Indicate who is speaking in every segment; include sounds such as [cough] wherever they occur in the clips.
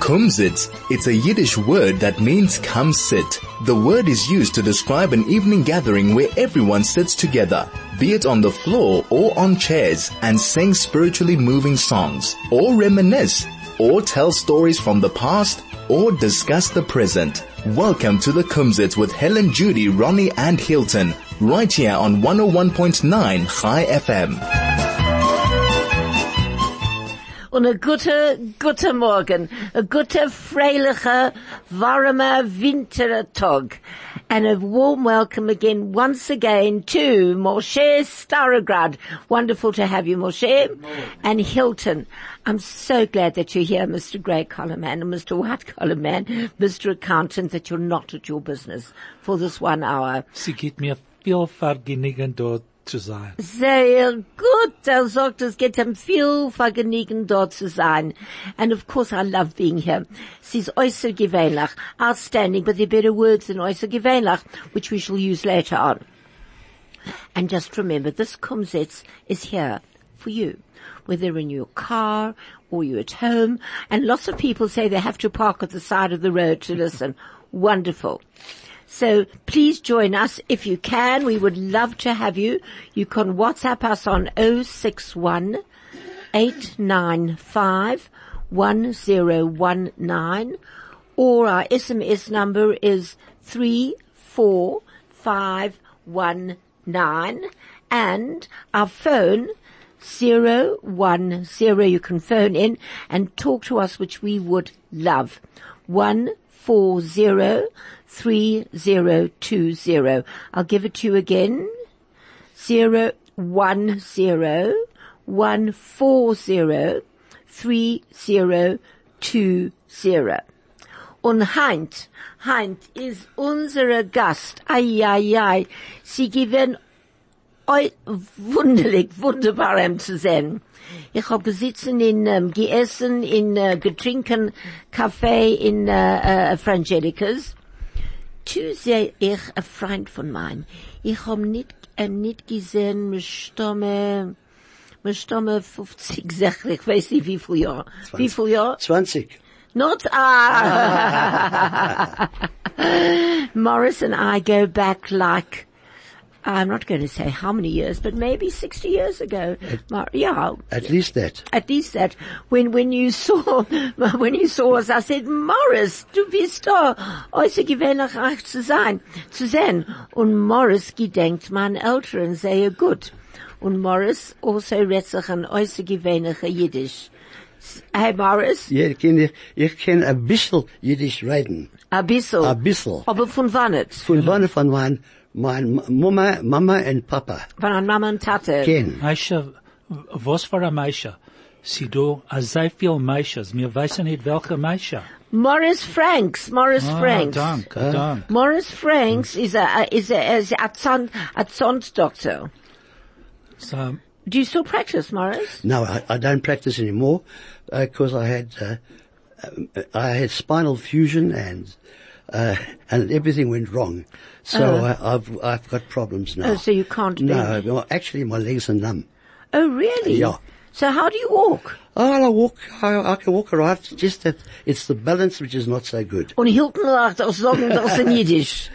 Speaker 1: Kumsit. It's a Yiddish word that means come sit. The word is used to describe an evening gathering where everyone sits together, be it on the floor or on chairs, and sings spiritually moving songs, or reminisce, or tell stories from the past, or discuss the present. Welcome to the Kumsit with Helen, Judy, Ronnie, and Hilton, right here on 101.9 High FM.
Speaker 2: und a gute, gute Morgen, a gute, freiliche, warme winter Tag. And a warm welcome again, once again, to Moshe Starograd. Wonderful to have you, Moshe. And Hilton. I'm so glad that you're here, Mr. Grey Collar Man and Mr. White Collar Man, Mr. Accountant, that you're not at your business for this one hour.
Speaker 3: Sie geht mir viel vergnügen dort zu sein.
Speaker 2: Sehr gut. Er sagt, es geht ihm viel vergnügen, dort zu sein. And of course, I love being here. Sie ist äußerst gewöhnlich. Outstanding, but there are better words than äußerst gewöhnlich, which we shall use later on. And just remember, this Kumsitz is here for you, whether in your car or you're at home. And lots of people say they have to park at the side of the road to listen. Wonderful. So please join us if you can. We would love to have you. You can WhatsApp us on 061 895 1019 or our SMS number is 34519 and our phone 010. You can phone in and talk to us, which we would love. 1403020. I'll give it to you again. 010-140-3020. Und Heint, Heint ist unsere Gast. Ai, ai, ai. Sie gewinnen Eu- wunderlich, wunderbar ihm zu sehen. Ich hab gesitzen in, ähm, geessen, in, äh, getrinken, Kaffee in, äh, äh, Frangelikas. Tu sehe ich, ein Freund von meinem. Ich hab nicht, äh, nicht gesehen, mit Stomme, mit Stomme 50, 60, ich weiß nicht wie viel Jahr. Wie viel Jahr?
Speaker 4: 20.
Speaker 2: Not ah. Morris and I go back like I'm not going to say how many years, but maybe 60 years ago. Mar- yeah,
Speaker 4: At least that.
Speaker 2: at least that when when you saw [laughs] when you saw us, I said, Morris, du bist da, äußer gewöhnlich reich zu sein, zu sehen. Und Morris gedenkt meinen Eltern sehr gut. Und Morris also redet sich ein äußer gewöhnlicher Jiddisch. Hey Morris,
Speaker 4: Ja, ich kann, ich kann ein bisschen Jiddisch reden.
Speaker 2: A bissel.
Speaker 4: A bissel.
Speaker 2: Aber von wann it?
Speaker 4: Von wann von mein, mein Mama, Mama und Papa
Speaker 2: Von an Mama und Tate.
Speaker 4: kennen.
Speaker 3: Meisje, was für ein Meisje? Sie do, a sehr viel Meisjes. Wir wissen nicht welche Meisje.
Speaker 2: Morris Franks, Morris Franks.
Speaker 3: Ah, dank, ah, dank.
Speaker 2: Morris Franks is a, is a, is a son, a son's doctor.
Speaker 3: So,
Speaker 2: Do you still practice, Morris?
Speaker 4: No, I, I don't practice anymore because I had uh, um, I had spinal fusion and uh, and everything went wrong. So I, I've I've got problems now.
Speaker 2: Uh-huh. Oh, so you can't
Speaker 4: No, well, actually my legs are numb.
Speaker 2: Oh, really?
Speaker 4: Yeah.
Speaker 2: So how do you walk?
Speaker 4: Oh, I walk. I, I can walk alright. Just that it's the balance which is not so good.
Speaker 2: Und Hilton lacht aus Sorgen, das in Jiddisch.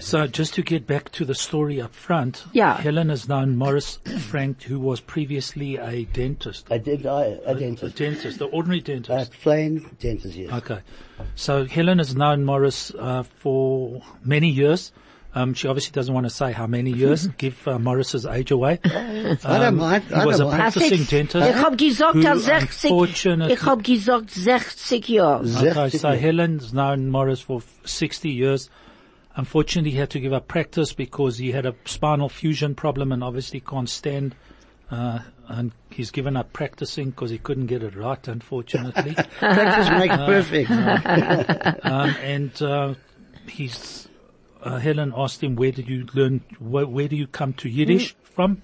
Speaker 3: so just to get back to the story up front.
Speaker 2: Yeah.
Speaker 3: Helen is now Morris Frank, who was previously a dentist.
Speaker 4: I did. I, I dentist.
Speaker 3: A dentist, the ordinary
Speaker 4: Uh,
Speaker 3: dentist.
Speaker 4: plain dentist, yes.
Speaker 3: Okay. So Helen has known Morris uh, for many years. Um, she obviously doesn't want to say how many years. Give uh, Morris's age away.
Speaker 4: I don't mind.
Speaker 3: um, He
Speaker 4: I
Speaker 3: was a
Speaker 4: don't mind.
Speaker 3: practicing
Speaker 2: Ich hab
Speaker 3: dentist.
Speaker 2: gesagt,
Speaker 3: Who
Speaker 2: er 60,
Speaker 3: unfortunately-
Speaker 2: ich hab gesagt 60 Jahre.
Speaker 3: Okay, so
Speaker 4: Zechtig-
Speaker 3: Helen's known Morris for 60 years. Unfortunately, he had to give up practice because he had a spinal fusion problem and obviously can't stand. Uh, and he's given up practicing because he couldn't get it right,
Speaker 4: [laughs]
Speaker 3: unfortunately. [laughs]
Speaker 4: Practice makes perfect.
Speaker 3: um, and uh, he's uh, Helen asked him, "Where did you learn? Where, where do you come to
Speaker 4: Mm.
Speaker 3: Yiddish from?"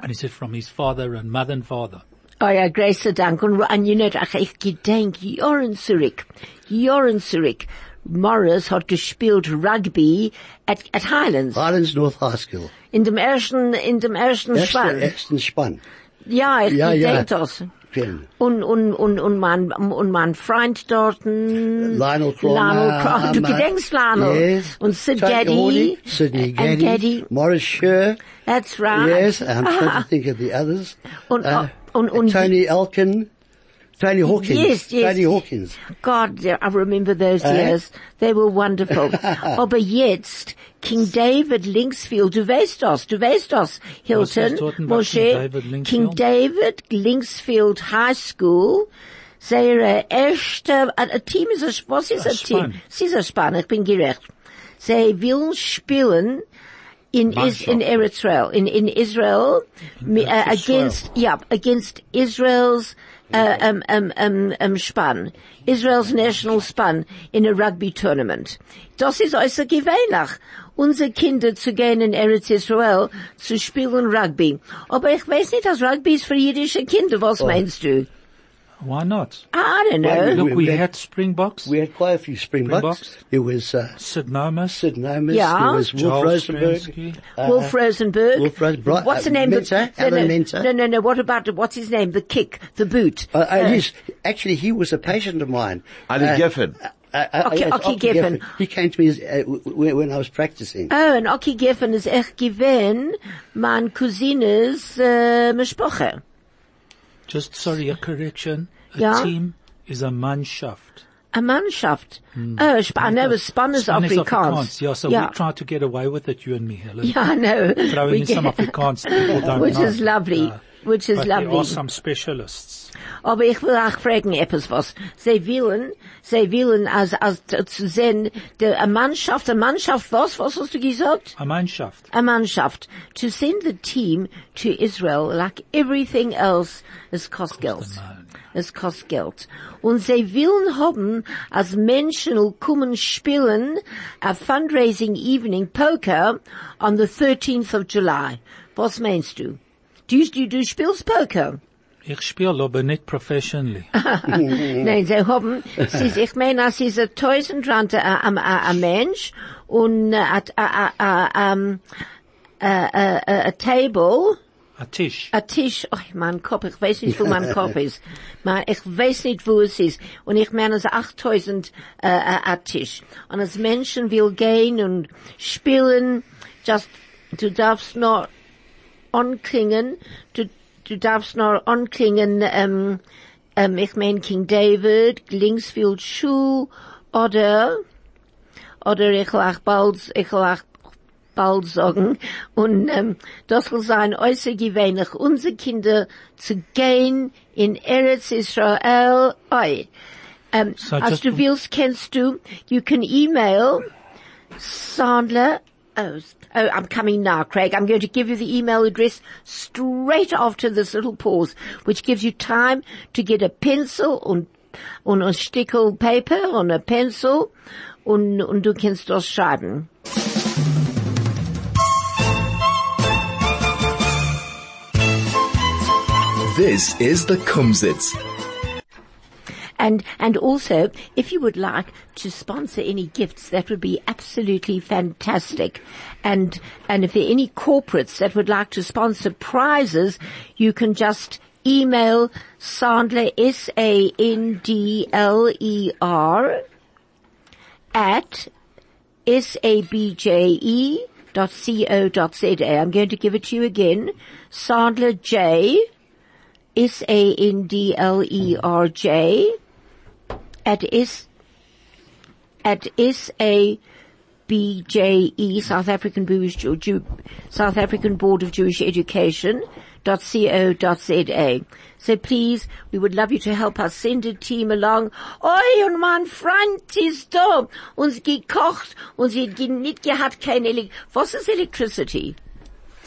Speaker 3: And he said, "From his father and mother and father."
Speaker 2: Oh ja, grace dank. Und, und you know, ach, ich gedenk, Joren zurück, Joren zurück. Morris hat gespielt Rugby at, at Highlands.
Speaker 4: Highlands North High School.
Speaker 2: In dem ersten, in dem ersten
Speaker 4: Ashton
Speaker 2: Spann.
Speaker 4: Ashton Spann.
Speaker 2: Ja, ich
Speaker 4: äh, Ja, ja.
Speaker 2: gedenk das.
Speaker 4: Glenn.
Speaker 2: Und, und, und, und mein, und mein Freund dorten.
Speaker 4: Lionel Cromer.
Speaker 2: Lionel Cromer. Du
Speaker 4: Ahmad-
Speaker 2: gedenkst Lionel.
Speaker 4: Yes.
Speaker 2: Und Sid
Speaker 4: Tony
Speaker 2: Gaddy.
Speaker 4: Hawley, Sidney
Speaker 2: And Ah.
Speaker 4: Gaddy.
Speaker 2: Gaddy.
Speaker 4: Morris Sher.
Speaker 2: That's right.
Speaker 4: Yes, I'm
Speaker 2: [laughs]
Speaker 4: trying to think of the others. Uh,
Speaker 2: Und- und- und-
Speaker 4: Tony Elkin. Tony Hawkins.
Speaker 2: Yes, yes.
Speaker 4: Tony Hawkins.
Speaker 2: God, yeah, I remember those
Speaker 4: Eh?
Speaker 2: years. They were wonderful. Aber jetzt, King David Linksfield, du weißt das, du weißt das, Hilton,
Speaker 3: ist dort denn bei King
Speaker 2: Moshe,
Speaker 3: David Linksfield?
Speaker 2: King David Linksfield High School, Seine erste, ein ein Team ist ein, was ist
Speaker 3: Ein
Speaker 2: ein Team?
Speaker 3: Span.
Speaker 2: Sie ist ein Span, ich bin gerecht. Sie will spielen in, is, in Eritrea, in, in Israel,
Speaker 4: Mm-hmm.
Speaker 2: mi- uh,
Speaker 3: Israel.
Speaker 2: against, yeah, against Israel's, uh, um, um, um, um, span, Israel's national span in a rugby tournament. Das ist äußerst gewöhnlich. Unsere Kinder zu gehen in Eretz Israel zu spielen Rugby. Aber ich weiß nicht, dass Rugby ist für jüdische Kinder. Was
Speaker 4: Oh.
Speaker 2: meinst du?
Speaker 3: Why not?
Speaker 2: I don't
Speaker 4: Well,
Speaker 2: know.
Speaker 3: Look, we
Speaker 4: we-
Speaker 3: had Springboks,
Speaker 4: We had quite a few Springboks.
Speaker 3: Springboks.
Speaker 4: There was, uh,
Speaker 3: Sid Nomus,
Speaker 4: Sid Nomis.
Speaker 2: Yeah.
Speaker 4: There was Wolf
Speaker 3: Joel
Speaker 4: Rosenberg.
Speaker 3: Stransky.
Speaker 2: Wolf Rosenberg.
Speaker 4: Uh-huh. Wolf Ros- Bri-
Speaker 2: What's the
Speaker 4: uh,
Speaker 2: name? The-
Speaker 4: Mensah?
Speaker 2: no,
Speaker 4: Alan
Speaker 2: no,
Speaker 4: Mensah?
Speaker 2: no, no, no. What about, what's his name? The kick, the boot.
Speaker 4: Uh, uh, yes, actually, he was a patient of mine.
Speaker 5: Ali
Speaker 4: uh,
Speaker 5: Gifford.
Speaker 4: Uh, uh,
Speaker 2: Okay,
Speaker 4: yes,
Speaker 2: okay,
Speaker 4: Ocky
Speaker 2: Giffen.
Speaker 4: He came to me as, uh, w- w- when I was practicing.
Speaker 2: Oh, und Oki Geffen ist echt gewesen, mein Cousines, äh, Mischpoche.
Speaker 3: just sorry, a correction. A
Speaker 2: Yeah.
Speaker 3: team is a Mannschaft.
Speaker 2: A Mannschaft. Oh, Sp I know, Span is
Speaker 3: Hm. Spanish
Speaker 2: Afrikaans.
Speaker 3: Yeah, so
Speaker 2: yeah.
Speaker 3: we try to get away with it, you and me,
Speaker 2: [laughs]
Speaker 3: Helen.
Speaker 2: yeah, [laughs] I know.
Speaker 3: Throwing
Speaker 2: We
Speaker 3: in some
Speaker 2: get- [laughs]
Speaker 3: Afrikaans people don't
Speaker 2: Which
Speaker 3: know.
Speaker 2: is lovely.
Speaker 3: Uh,
Speaker 2: Which is
Speaker 3: but There are
Speaker 2: lovely.
Speaker 3: some specialists.
Speaker 2: Aber ich will auch fragen etwas was. Sie wollen, sie wollen als, als zu zu sehen, der, eine Mannschaft, eine Mannschaft was, was hast du gesagt?
Speaker 3: A Mannschaft.
Speaker 2: a Mannschaft. To send the team to Israel, like everything else, es kost Geld. Es kost Geld. Und sie willen haben, als Menschen will kommen spielen, a fundraising evening poker on the 13th of July. Was meinst du? Du, du, du spielst Poker?
Speaker 3: Ich spiele aber nicht professionally.
Speaker 2: Nein, sie haben, sie, ist- ich meine, sie ist ein 1000 Rand äh, am- äh, am Mensch und äh, at- äh, äh, äh, ähm, äh, äh, äh, a table,
Speaker 3: A
Speaker 2: [laughs]
Speaker 3: Tisch.
Speaker 2: a Tisch, oh mein Kopf, ich weiß nicht, wo mein Kopf ist. Mein, ich weiß nicht, wo es ist. Und ich meine, es ist 8000 äh, äh, a Tisch. Und als Menschen will gehen und spielen, just, du darfst nur anklingen, du, du darfst nur anklingen, ähm, ähm, ich mein King David, Linksfield Schuh, oder, oder ich will auch bald, ich will auch bald sagen, und ähm, das will sein äußergewöhnlich, unsere Kinder zu gehen in Eretz Israel, oi. Ähm,
Speaker 3: So
Speaker 2: als
Speaker 3: just-
Speaker 2: du willst, kennst du, you can email Sandler. Oh, s- oh, I'm coming now, Craig. I'm going to give you the email address straight after this little pause, which gives you time to get a pencil und, und a stickel paper und a pencil und, und du kannst das schreiben.
Speaker 1: This is the Kumsitz.
Speaker 2: And, and also, if you would like to sponsor any gifts, that would be absolutely fantastic. And, and if there are any corporates that would like to sponsor prizes, you can just email Sandler, S-A-N-D-L-E-R E at S-A-B-J-E E dot C-O dot Z-A. I'm going to give it to you again. Sandler J. S A N D L E R J at S at S A B J E South African Jewish Jew, Jew, South African Board of Jewish Education dot co dot za. So please, we would love you to help us send a team along. Oi, und mein Freund ist da. Uns gekocht und sie hat ge- nicht gehabt keine Ele Was ist electricity?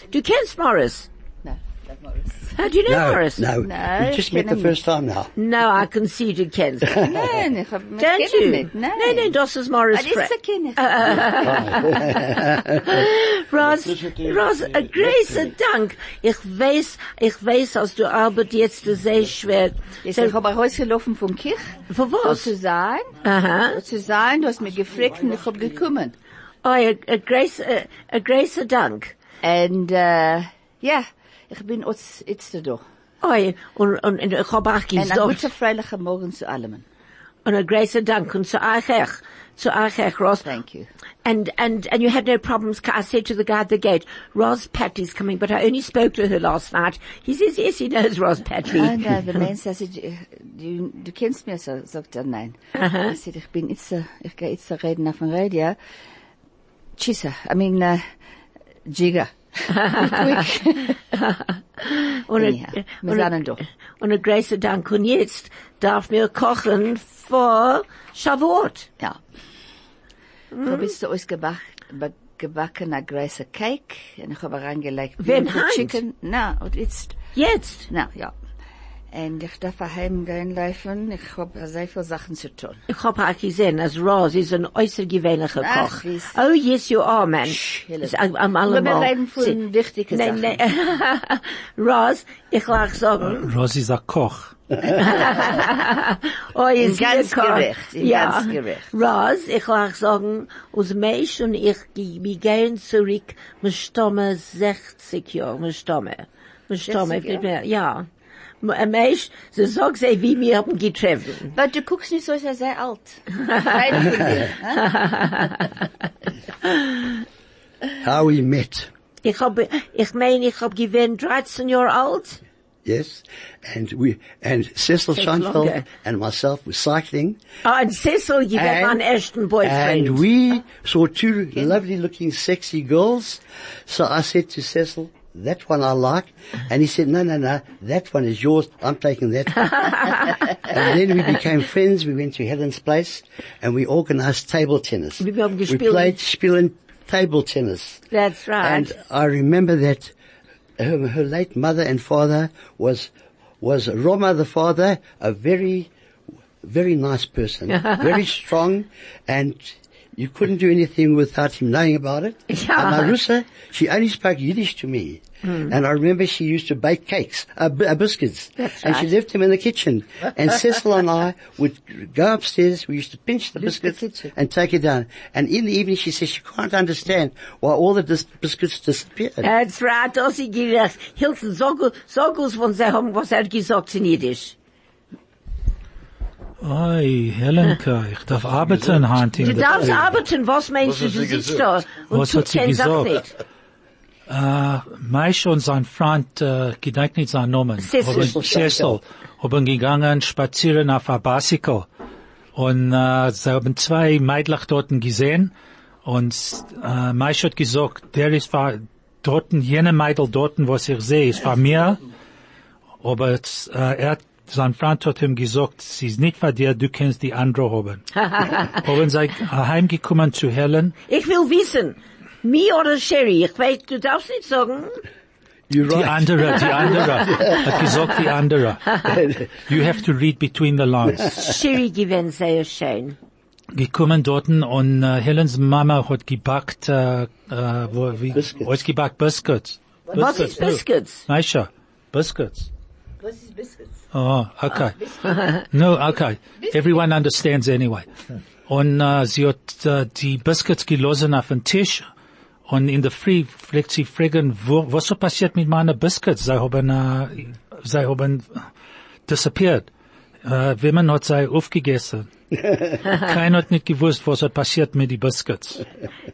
Speaker 2: Du kennst Morris?
Speaker 6: No, not Morris.
Speaker 2: How do you know Morris?
Speaker 4: no.
Speaker 6: No,
Speaker 4: We just met the
Speaker 6: Glenn.
Speaker 4: first time now.
Speaker 2: No, I can see it
Speaker 6: [laughs]
Speaker 2: again.
Speaker 6: Nein, ich habe mich
Speaker 2: Don't you?
Speaker 6: nicht. Nein.
Speaker 2: no, no, das ist Morris
Speaker 6: Ah, das
Speaker 2: Fred.
Speaker 6: kenne ich.
Speaker 2: uh, Ross, Ross, a großer Dank. Ich weiß, ich weiß, dass du arbeitest jetzt sehr schwer.
Speaker 6: Jetzt,
Speaker 2: So,
Speaker 6: ich habe rausgelaufen vom Kirch.
Speaker 2: Für
Speaker 6: Da
Speaker 2: was?
Speaker 6: zu sein.
Speaker 2: Aha.
Speaker 6: Da zu sein, du hast mich gefragt und ich habe gekommen.
Speaker 2: Oh, a, a groß, a, a großer Dank.
Speaker 6: eh, Und, äh, ja, ich bin jetzt, jetzt da.
Speaker 2: Oi, und, und, und ich hab auch
Speaker 6: En een goede
Speaker 2: gesagt,
Speaker 6: vrijdag morgen zu allem.
Speaker 2: und ein großer Dank und zu euch, auch, zu euch, auch, Ross.
Speaker 6: Thank you.
Speaker 2: And, and, and you had no problems. 'cause I said to the guy at the gate, Ros Patty's coming, but I only spoke to her last night. He says, yes, he knows Ros Patty.
Speaker 6: Ah, nee, de mens zei, ze, du, du kennst mich so, sagt er, nein.
Speaker 2: Uh-huh.
Speaker 6: Er sagt, ich bin jetzt, äh, ich gehe jetzt reden auf dem Radio. Chisa, I mean, uh, Jiga.
Speaker 2: Und
Speaker 6: Anyhow, wir
Speaker 2: und-
Speaker 6: sind da.
Speaker 2: Und ein großer Dank. Und jetzt darf mir kochen für Shavuot.
Speaker 6: Ja. Ich
Speaker 2: Mhm.
Speaker 6: habe jetzt alles gebacken, be- gebacken, ein großer Cake, und ich habe reingelegt,
Speaker 2: Wem
Speaker 6: Beautiful
Speaker 2: Hand?
Speaker 6: Chicken. Na, und jetzt,
Speaker 2: Jetzt.
Speaker 6: na, ja. Und ich darf daheim gehen laufen, ich habe sehr viele Sachen zu tun.
Speaker 2: Ich hab auch gesehen, dass Ross ist ein äußergewöhnlicher
Speaker 6: Ach,
Speaker 2: Koch.
Speaker 6: wie's-
Speaker 2: Oh, yes, you are, man.
Speaker 6: Shh, Hillel.
Speaker 2: Das ist am- am
Speaker 6: Aber wir
Speaker 2: allemal.
Speaker 6: reden von
Speaker 2: Sie-
Speaker 6: wichtigen
Speaker 2: Nein,
Speaker 6: Sachen.
Speaker 2: nein. [laughs] Ross, ich will auch sagen,
Speaker 3: Rosie ist ein Koch.
Speaker 2: oh, ist
Speaker 6: ganz
Speaker 2: hier Koch.
Speaker 6: gerecht, in
Speaker 2: ja.
Speaker 6: ganz gerecht.
Speaker 2: Ross, ich will auch sagen, aus Mensch und ich, ge- wir gehen zurück, wir stammen 60 Jahre, wir stammen. Wir stammen,
Speaker 6: 60 Jahre?
Speaker 2: nicht mehr, ja. Ein Mensch, so sagt sie, wie wir haben getroffen.
Speaker 6: Aber du guckst nicht so, als sei sehr alt.
Speaker 2: [laughs]
Speaker 6: Beide von dir. hä?
Speaker 4: [laughs] How we met,
Speaker 2: Ich hab, ich meine, ich hab gewesen 13 Jahre alt.
Speaker 4: yes, and we and Cecil
Speaker 2: Takes
Speaker 4: Schoenfeld
Speaker 2: longer.
Speaker 4: and myself were cycling,
Speaker 2: Ah, in Sissel, you got
Speaker 4: And-
Speaker 2: my Ashton boyfriend.
Speaker 4: and we saw two lovely-looking, sexy girls. So I said to Cecil, "That one I like," and he said, "No, no, no, that one is yours. I'm taking that." [laughs] one." and then we became friends. We went to Helen's place, and we organised table tennis.
Speaker 2: Wir haben
Speaker 4: we
Speaker 2: gespielt.
Speaker 4: played spiel and table tennis.
Speaker 2: That's right.
Speaker 4: And I remember that her, her late mother and father was was Roma the father, a very very nice person,
Speaker 2: [laughs]
Speaker 4: very strong, and you couldn't do anything without him knowing about it.
Speaker 2: Yeah.
Speaker 4: And Marusa, she only spoke Yiddish to me.
Speaker 2: Hmm.
Speaker 4: And I remember she used to bake cakes, uh, b- uh, biscuits, and she left them in the kitchen. And Cecil and
Speaker 2: [laughs]
Speaker 4: I would go upstairs. We used to pinch the
Speaker 2: Just the
Speaker 4: biscuits
Speaker 2: kitchen.
Speaker 4: and take it down. And in the evening, she says she can't understand why all the dis- biscuits disappeared.
Speaker 2: That's right, das ist gerecht. Hilton, sag, sag uns, wenn sie haben, was er gesagt in Jiddisch.
Speaker 3: Oi, Helenka, ich darf arbeiten, Hanti.
Speaker 2: Du darfst arbeiten, was meinst du,
Speaker 5: Was hat
Speaker 2: du
Speaker 5: sie
Speaker 2: sitzt da
Speaker 5: gesagt?
Speaker 2: und
Speaker 3: Was hat
Speaker 2: tut
Speaker 3: sie
Speaker 2: keine Sache
Speaker 3: gesagt?
Speaker 2: nicht.
Speaker 3: Äh, Meisch und sein Freund, äh, gedenkt nicht seinen Namen.
Speaker 2: Cecil.
Speaker 3: Haben- Cecil. Haben gegangen spazieren auf ein Bicycle. Und, äh, sie haben zwei Meidlach dorten gesehen. Und, äh, Meisch hat gesagt, der ist war dorten, jene Meidl dorten, was ich sehe, ist von mir. Aber, es, äh, er hat, sein Freund hat ihm gesagt, sie ist nicht von dir, du kennst die andere haben. haben sie heimgekommen zu Helen.
Speaker 2: Ich will wissen, mir oder Sherry, ich weiß, du darfst nicht sagen.
Speaker 4: You're
Speaker 3: Die andere, die andere. Hat gesagt, die andere. You have to read between the lines.
Speaker 2: Sherry gewinnt er sehr schön.
Speaker 3: Gekommen dorten und äh, Helens Mama hat gebackt, äh, äh, wo, wie,
Speaker 4: Biscuits.
Speaker 3: was gebackt? Biscuits.
Speaker 2: Was ist Biscuits?
Speaker 3: Nisha, Biscuits. Oh, okay. no, okay. Everyone understands anyway. Und äh, sie hat äh, die Biscuits gelassen auf den Tisch und in der Früh fliegt sie fragen, wo, was so passiert mit meinen Biscuits? Sie haben, äh, sie haben disappeared. Äh, Wimmen hat sie aufgegessen. Keiner hat nicht gewusst, was hat passiert mit den Biscuits.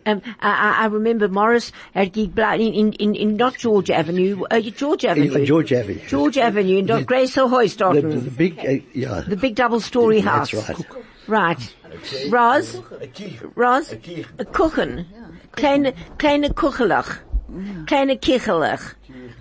Speaker 2: Um, I, I, I remember Morris had gebla- in, in, in, in not George Avenue, uh, George Avenue.
Speaker 4: Uh, George Avenue.
Speaker 2: George Avenue in Dr. Grace Hoyst,
Speaker 4: the,
Speaker 2: Dorton.
Speaker 4: the, the big, uh, yeah.
Speaker 2: The big double story house.
Speaker 4: That's right.
Speaker 2: Right. Roz, Roz,
Speaker 5: A Kirch.
Speaker 2: a Kuchen. Kleine, kleine Kuchelach. Kleine Kichelach.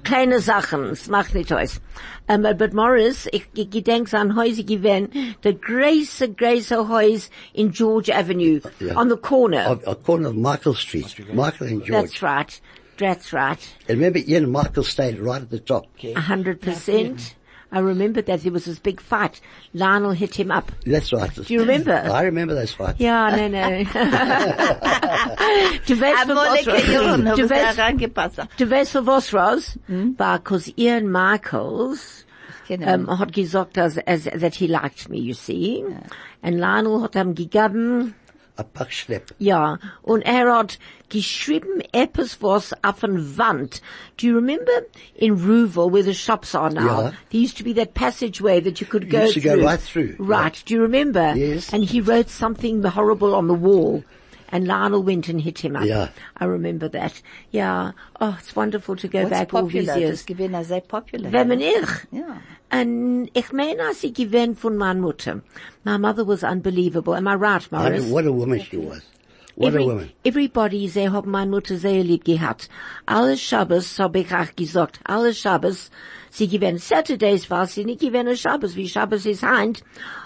Speaker 2: Kleine Sachen, es macht nicht aus. Um, but Morris, ich, ich gedenk an Häuser gewesen, der große, große Haus in George Avenue,
Speaker 4: Yeah.
Speaker 2: on the corner.
Speaker 4: Of, a corner of Michael Street, Michael and George.
Speaker 2: That's right. That's right.
Speaker 4: And remember, Ian Michael stayed right at the top.
Speaker 2: A hundred percent. I remember that there was this big fight. Lionel hit him up.
Speaker 4: That's right.
Speaker 2: Do you remember?
Speaker 4: I remember those fights.
Speaker 2: Ja, nee, [laughs] nee. Ah, du weißt,
Speaker 6: Aber
Speaker 2: von was,
Speaker 6: lecker Jungen,
Speaker 2: Ros-
Speaker 6: habe
Speaker 2: du
Speaker 6: ich da
Speaker 2: weißt,
Speaker 6: reingepasst.
Speaker 2: du weißt, von was, Ros? War, cause Ian Michaels,
Speaker 6: Genau.
Speaker 2: ähm, hat gesagt, dass, as, that he liked me, you see. And Lionel hat ihm gegeben,
Speaker 4: a Pack schleppen.
Speaker 2: Ja, und er hat geschrieben etwas was auf den Wand. Do you remember in Ruval where the shops are now?
Speaker 4: Yeah.
Speaker 2: There used to be that passageway that you could
Speaker 4: You
Speaker 2: go
Speaker 4: used to
Speaker 2: through.
Speaker 4: go right through,
Speaker 2: Right. Do you remember?
Speaker 4: Yes.
Speaker 2: And he wrote something horrible on the wall. And Lionel went and hit him up.
Speaker 4: Yeah.
Speaker 2: I remember that. Yeah. Oh, it's wonderful to go
Speaker 6: What's
Speaker 2: back all these
Speaker 6: popular? Das
Speaker 2: years.
Speaker 6: gewinnt er sehr popular.
Speaker 2: Wenn man ich,
Speaker 6: Ja.
Speaker 2: And ich meine, als ich gewinnt von meiner Mutter. My mother was unbelievable. Am I right,
Speaker 4: I
Speaker 2: Maurice?
Speaker 4: mean, what a woman she was. What a woman.
Speaker 2: Everybody, sie haben meine Mutter sehr lieb gehabt. Alle Schabbos habe ich auch gesagt, alle Schabbos, sie gewinnen Saturdays, weil sie nicht gewinnen Schabbos, wie Schabbos ist heint.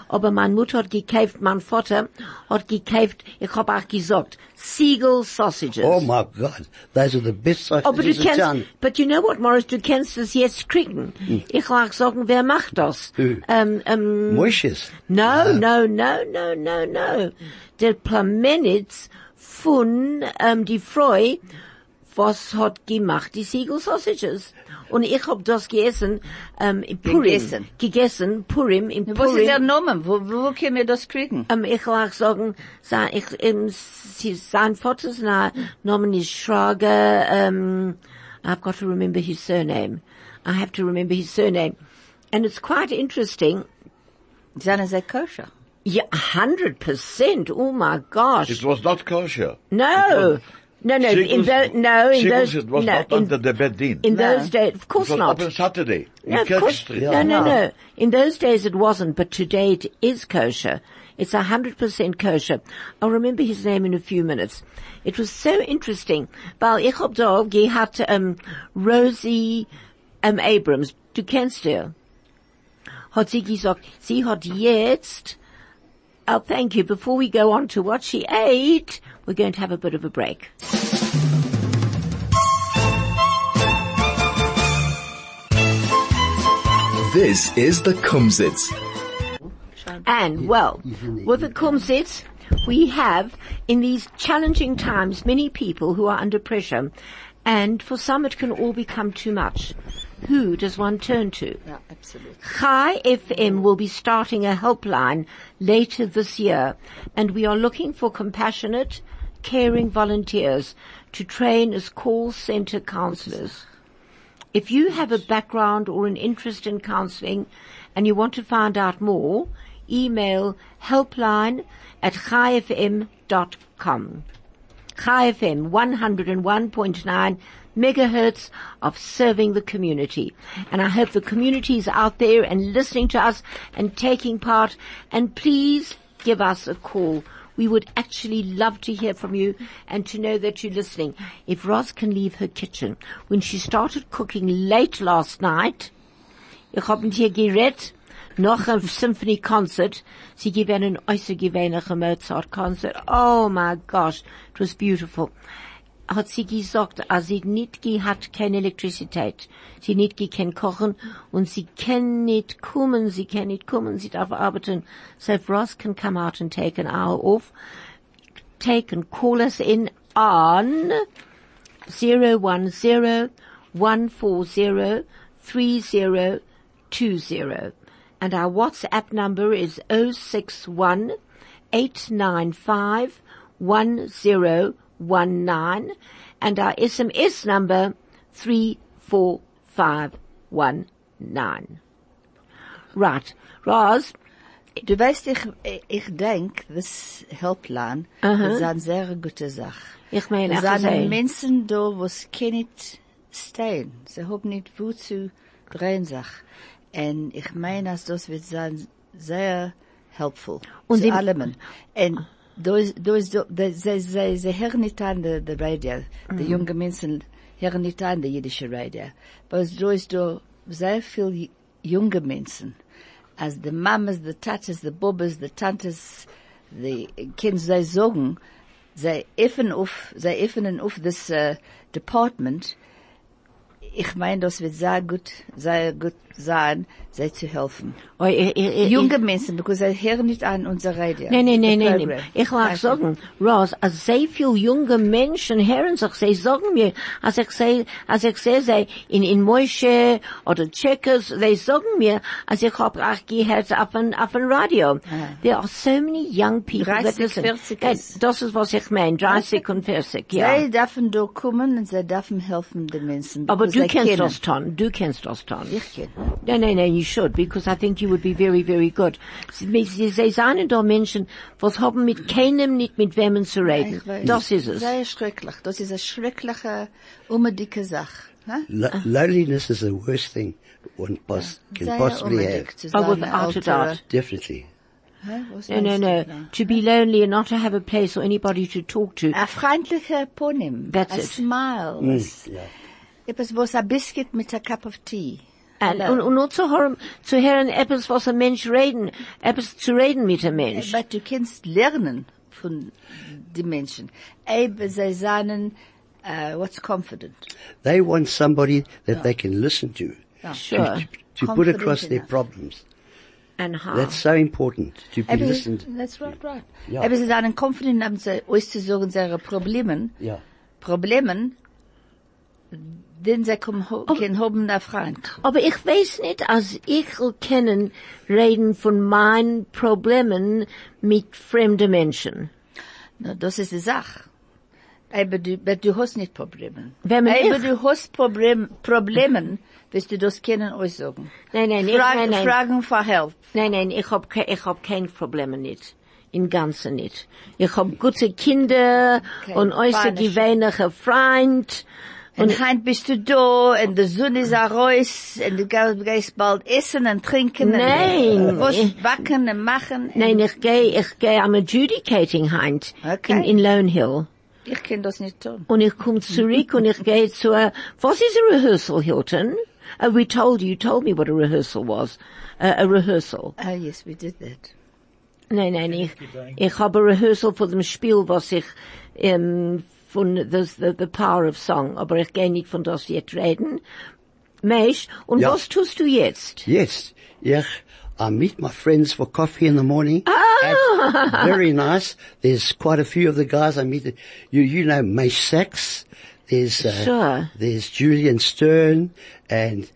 Speaker 2: Aber meine Mutter hat gekauft, mein Vater hat gekauft, ich habe auch gesagt, Siegel Sausages.
Speaker 4: Oh my God, those are the best
Speaker 2: Oh, but
Speaker 4: sausages
Speaker 2: du
Speaker 4: in
Speaker 2: kennst,
Speaker 4: town.
Speaker 2: but you know what, Morris, du kennst es jetzt kriegen.
Speaker 4: Hm.
Speaker 2: Ich mag sagen, wer macht das?
Speaker 4: Who?
Speaker 2: Ähm, ähm,
Speaker 4: Moishes.
Speaker 2: No, no, no, no, no, no. Der Plamenitz von ähm, die Freu, was hat gemacht die Siegel Sausages. Und ich hab das gegessen ähm, in Purim.
Speaker 6: Gegessen.
Speaker 2: Gegessen, Purim, in
Speaker 6: Was ist der
Speaker 2: Purim.
Speaker 6: Name? Wo, wo können wir das kriegen?
Speaker 2: Ähm, ich will auch sagen, sein, ich, ähm, sie, sein Vaters Na- Namen ist Schrager, ähm, I've got to remember his surname. I have to remember his surname. And it's quite interesting.
Speaker 6: Seine sehr koscher.
Speaker 2: Yeah, a hundred percent. Oh my gosh.
Speaker 5: It was not kosher.
Speaker 2: no. No, no, in those, no, in
Speaker 5: Shekels,
Speaker 2: those,
Speaker 5: it was
Speaker 2: no,
Speaker 5: not
Speaker 2: in,
Speaker 5: under the Bedin.
Speaker 2: in
Speaker 5: it
Speaker 2: those days, of course
Speaker 5: was
Speaker 2: not.
Speaker 5: open Saturday in
Speaker 2: No, of
Speaker 5: Kirk
Speaker 2: course,
Speaker 5: Street.
Speaker 2: no, no, no. In those days it wasn't, but today it is kosher. It's 100% kosher. I'll remember his name in a few minutes. It was so interesting. Weil ich hab da gehabt, um, Rosie, um, Abrams, du kennst du? Hat sie gesagt, sie hat jetzt, oh thank you, before we go on to what she ate, we're going to have a bit of a break.
Speaker 1: This is the Kumsitz.
Speaker 2: And well, with the Kumsitz, we have in these challenging times many people who are under pressure, and for some it can all become too much. Who does one turn to?
Speaker 6: Ja, absolut.
Speaker 2: Chai FM will be starting a helpline later this year, and we are looking for compassionate, caring volunteers to train as call center counselors. If you have a background or an interest in counseling and you want to find out more, email helpline at chaifm.com. Chai FM 101.9 megahertz of serving the community. And I hope the community is out there and listening to us and taking part. And please give us a call. We would actually love to hear from you and to know that you're listening. If Roz can leave her kitchen, when she started cooking late last night, Ich hab mit ihr geredet, noch ein Symphony Concert. Sie gewinnen äußergewöhnliche Mozart Concert. Oh my gosh, it was beautiful. Hat sie gesagt, als sie nicht ge- hat keine Elektrizität. Sie nicht ge- kann kochen und sie kann nicht kommen, sie kann nicht kommen, sie darf arbeiten. So if Ross can come out and take an hour off, take and call us in on 010-140-3020. And our WhatsApp number is oh 61 895 1019 and our SMS number 34519. Right. Roz,
Speaker 6: Du weißt, ich, ich denk, das Helpline, das ist eine sehr gute Sache.
Speaker 2: ich meine,
Speaker 6: Er
Speaker 2: ach, sei-
Speaker 6: sind Menschen da, was kennet stehen. Sie haben nicht wozu drehen sich. Und ich meine, dass das wird sein sehr helpful.
Speaker 2: Und
Speaker 6: Und zu
Speaker 2: sie-
Speaker 6: allem. Und da ist, da ist, da- da- sie, sie, sie hören nicht an der, der Radio. Die jungen Menschen hören nicht an der jüdische Radio. Aber da ist da sehr viel junge Menschen. Als die Mamas, die Tatas, die Bobas, die Tantes, die Kinder, sie sagen, they even auf, they even auf this uh, department. Ich meine, das wird sehr gut, sehr gut sein, sie zu helfen.
Speaker 2: Oh, ich, ich, ich,
Speaker 6: Junge Menschen, because sie hören nicht an unser Radio.
Speaker 2: Nein, nein, nein,
Speaker 6: The
Speaker 2: nein.
Speaker 6: program. Also,
Speaker 2: nein. Ich mag
Speaker 6: Danke.
Speaker 2: sagen, Ross, als sehr viele junge Menschen hören sich, sie sagen mir, als ich sehe, als ich sehe sie in, in Moishe oder Checkers, sie sagen mir, als ich hab auch gehört auf dem, auf dem Radio. There are so many young people
Speaker 6: 30,
Speaker 2: that listen.
Speaker 6: 40
Speaker 2: Nein,
Speaker 6: ist-
Speaker 2: das ist was ich meine, 30 und 40, ja.
Speaker 6: Sie dürfen da kommen und sie dürfen helfen den Menschen.
Speaker 2: Aber
Speaker 6: because
Speaker 2: du
Speaker 6: sie
Speaker 2: kennst
Speaker 6: kennen.
Speaker 2: das Ton, du kennst das Ton.
Speaker 6: Ich kenne.
Speaker 2: No, no, no, you should, because I think you would be very, very good. Sie, sie, sie seien da Menschen, was haben mit keinem, nicht mit wem zu reden.
Speaker 6: Ich weiß.
Speaker 2: Das ist es.
Speaker 6: Sehr schrecklich. Das ist eine schreckliche, unbedingte Sache. Huh?
Speaker 4: Lo-
Speaker 2: Uh.
Speaker 4: loneliness is the worst thing one pos- can possibly have.
Speaker 2: Oh, without a doubt.
Speaker 4: Definitely.
Speaker 2: No, no, no. To be lonely and not to have a place or anybody to talk to.
Speaker 6: A freundlicher Ponym.
Speaker 2: That's
Speaker 6: a
Speaker 2: it.
Speaker 6: smile. Mm,
Speaker 4: yeah.
Speaker 6: Etwas, was a biscuit mit a cup of tea.
Speaker 2: And, und, und nur zu hören, zu hören etwas, was ein Mensch reden, etwas zu reden mit einem Mensch.
Speaker 6: Aber du kannst lernen von den Menschen. Eben, sie sagen, äh, what's confident.
Speaker 4: They want somebody that they can listen to,
Speaker 2: Sure.
Speaker 4: to put across
Speaker 6: Confident
Speaker 4: their
Speaker 6: enough.
Speaker 4: problems.
Speaker 2: And how.
Speaker 4: That's so important, to be
Speaker 6: Eben,
Speaker 4: listened.
Speaker 6: that's right, right.
Speaker 4: Ja.
Speaker 6: Eben, sie sagen, confident, haben sie auszusuchen, ihre Probleme.
Speaker 4: Yeah.
Speaker 6: Problemen, denn sie kommen,
Speaker 2: Oh.
Speaker 6: ho- können haben einen Freund.
Speaker 2: Aber ich weiß nicht, als ich will kennen, reden von meinen Problemen mit fremden Menschen.
Speaker 6: Na, das ist die Sache. Aber du, aber du hast nicht Probleme.
Speaker 2: Wenn man
Speaker 6: aber
Speaker 2: ich-
Speaker 6: du hast Problem, Probleme, wirst du das können aussagen.
Speaker 2: Nein, nein, ich, nein,
Speaker 6: Fragen,
Speaker 2: nein,
Speaker 6: Fragen für Help.
Speaker 2: nein, nein, ich hab, ke- ich hab keine Probleme nicht. Im Ganzen nicht. Ich hab gute Kinder
Speaker 6: Okay,
Speaker 2: und äußerst
Speaker 6: Spanisch.
Speaker 2: gewöhnliche Freund.
Speaker 6: Und heim bist du da, und die Sonne ist raus, und du ge- gehst bald essen und trinken.
Speaker 2: Nein.
Speaker 6: Und was backen und machen.
Speaker 2: Nein, ich gehe, ich gehe am Adjudicating Hand
Speaker 6: Okay.
Speaker 2: in, in Lone Hill.
Speaker 6: Ich kann das nicht tun.
Speaker 2: Und ich komme zurück und ich gehe zur, was ist a rehearsal, Hilton? Uh, we told you, you told me what a rehearsal was. Uh, a rehearsal.
Speaker 6: Ah, yes, we did that.
Speaker 2: Nein, nein, ich, ich habe Rehearsal von dem Spiel, was ich, ähm, von the, the, the Power of Song, aber ich gehe nicht von das jetzt reden. Mensch, und
Speaker 4: Ja.
Speaker 2: was tust du jetzt?
Speaker 4: Yes. Yeah. I meet my friends for coffee in the morning.
Speaker 2: Ah!
Speaker 4: At- very nice. There's quite a few of the guys I meet. You, you know, May Sachs. There's, uh,
Speaker 2: Sure.
Speaker 4: there's Julian Stern and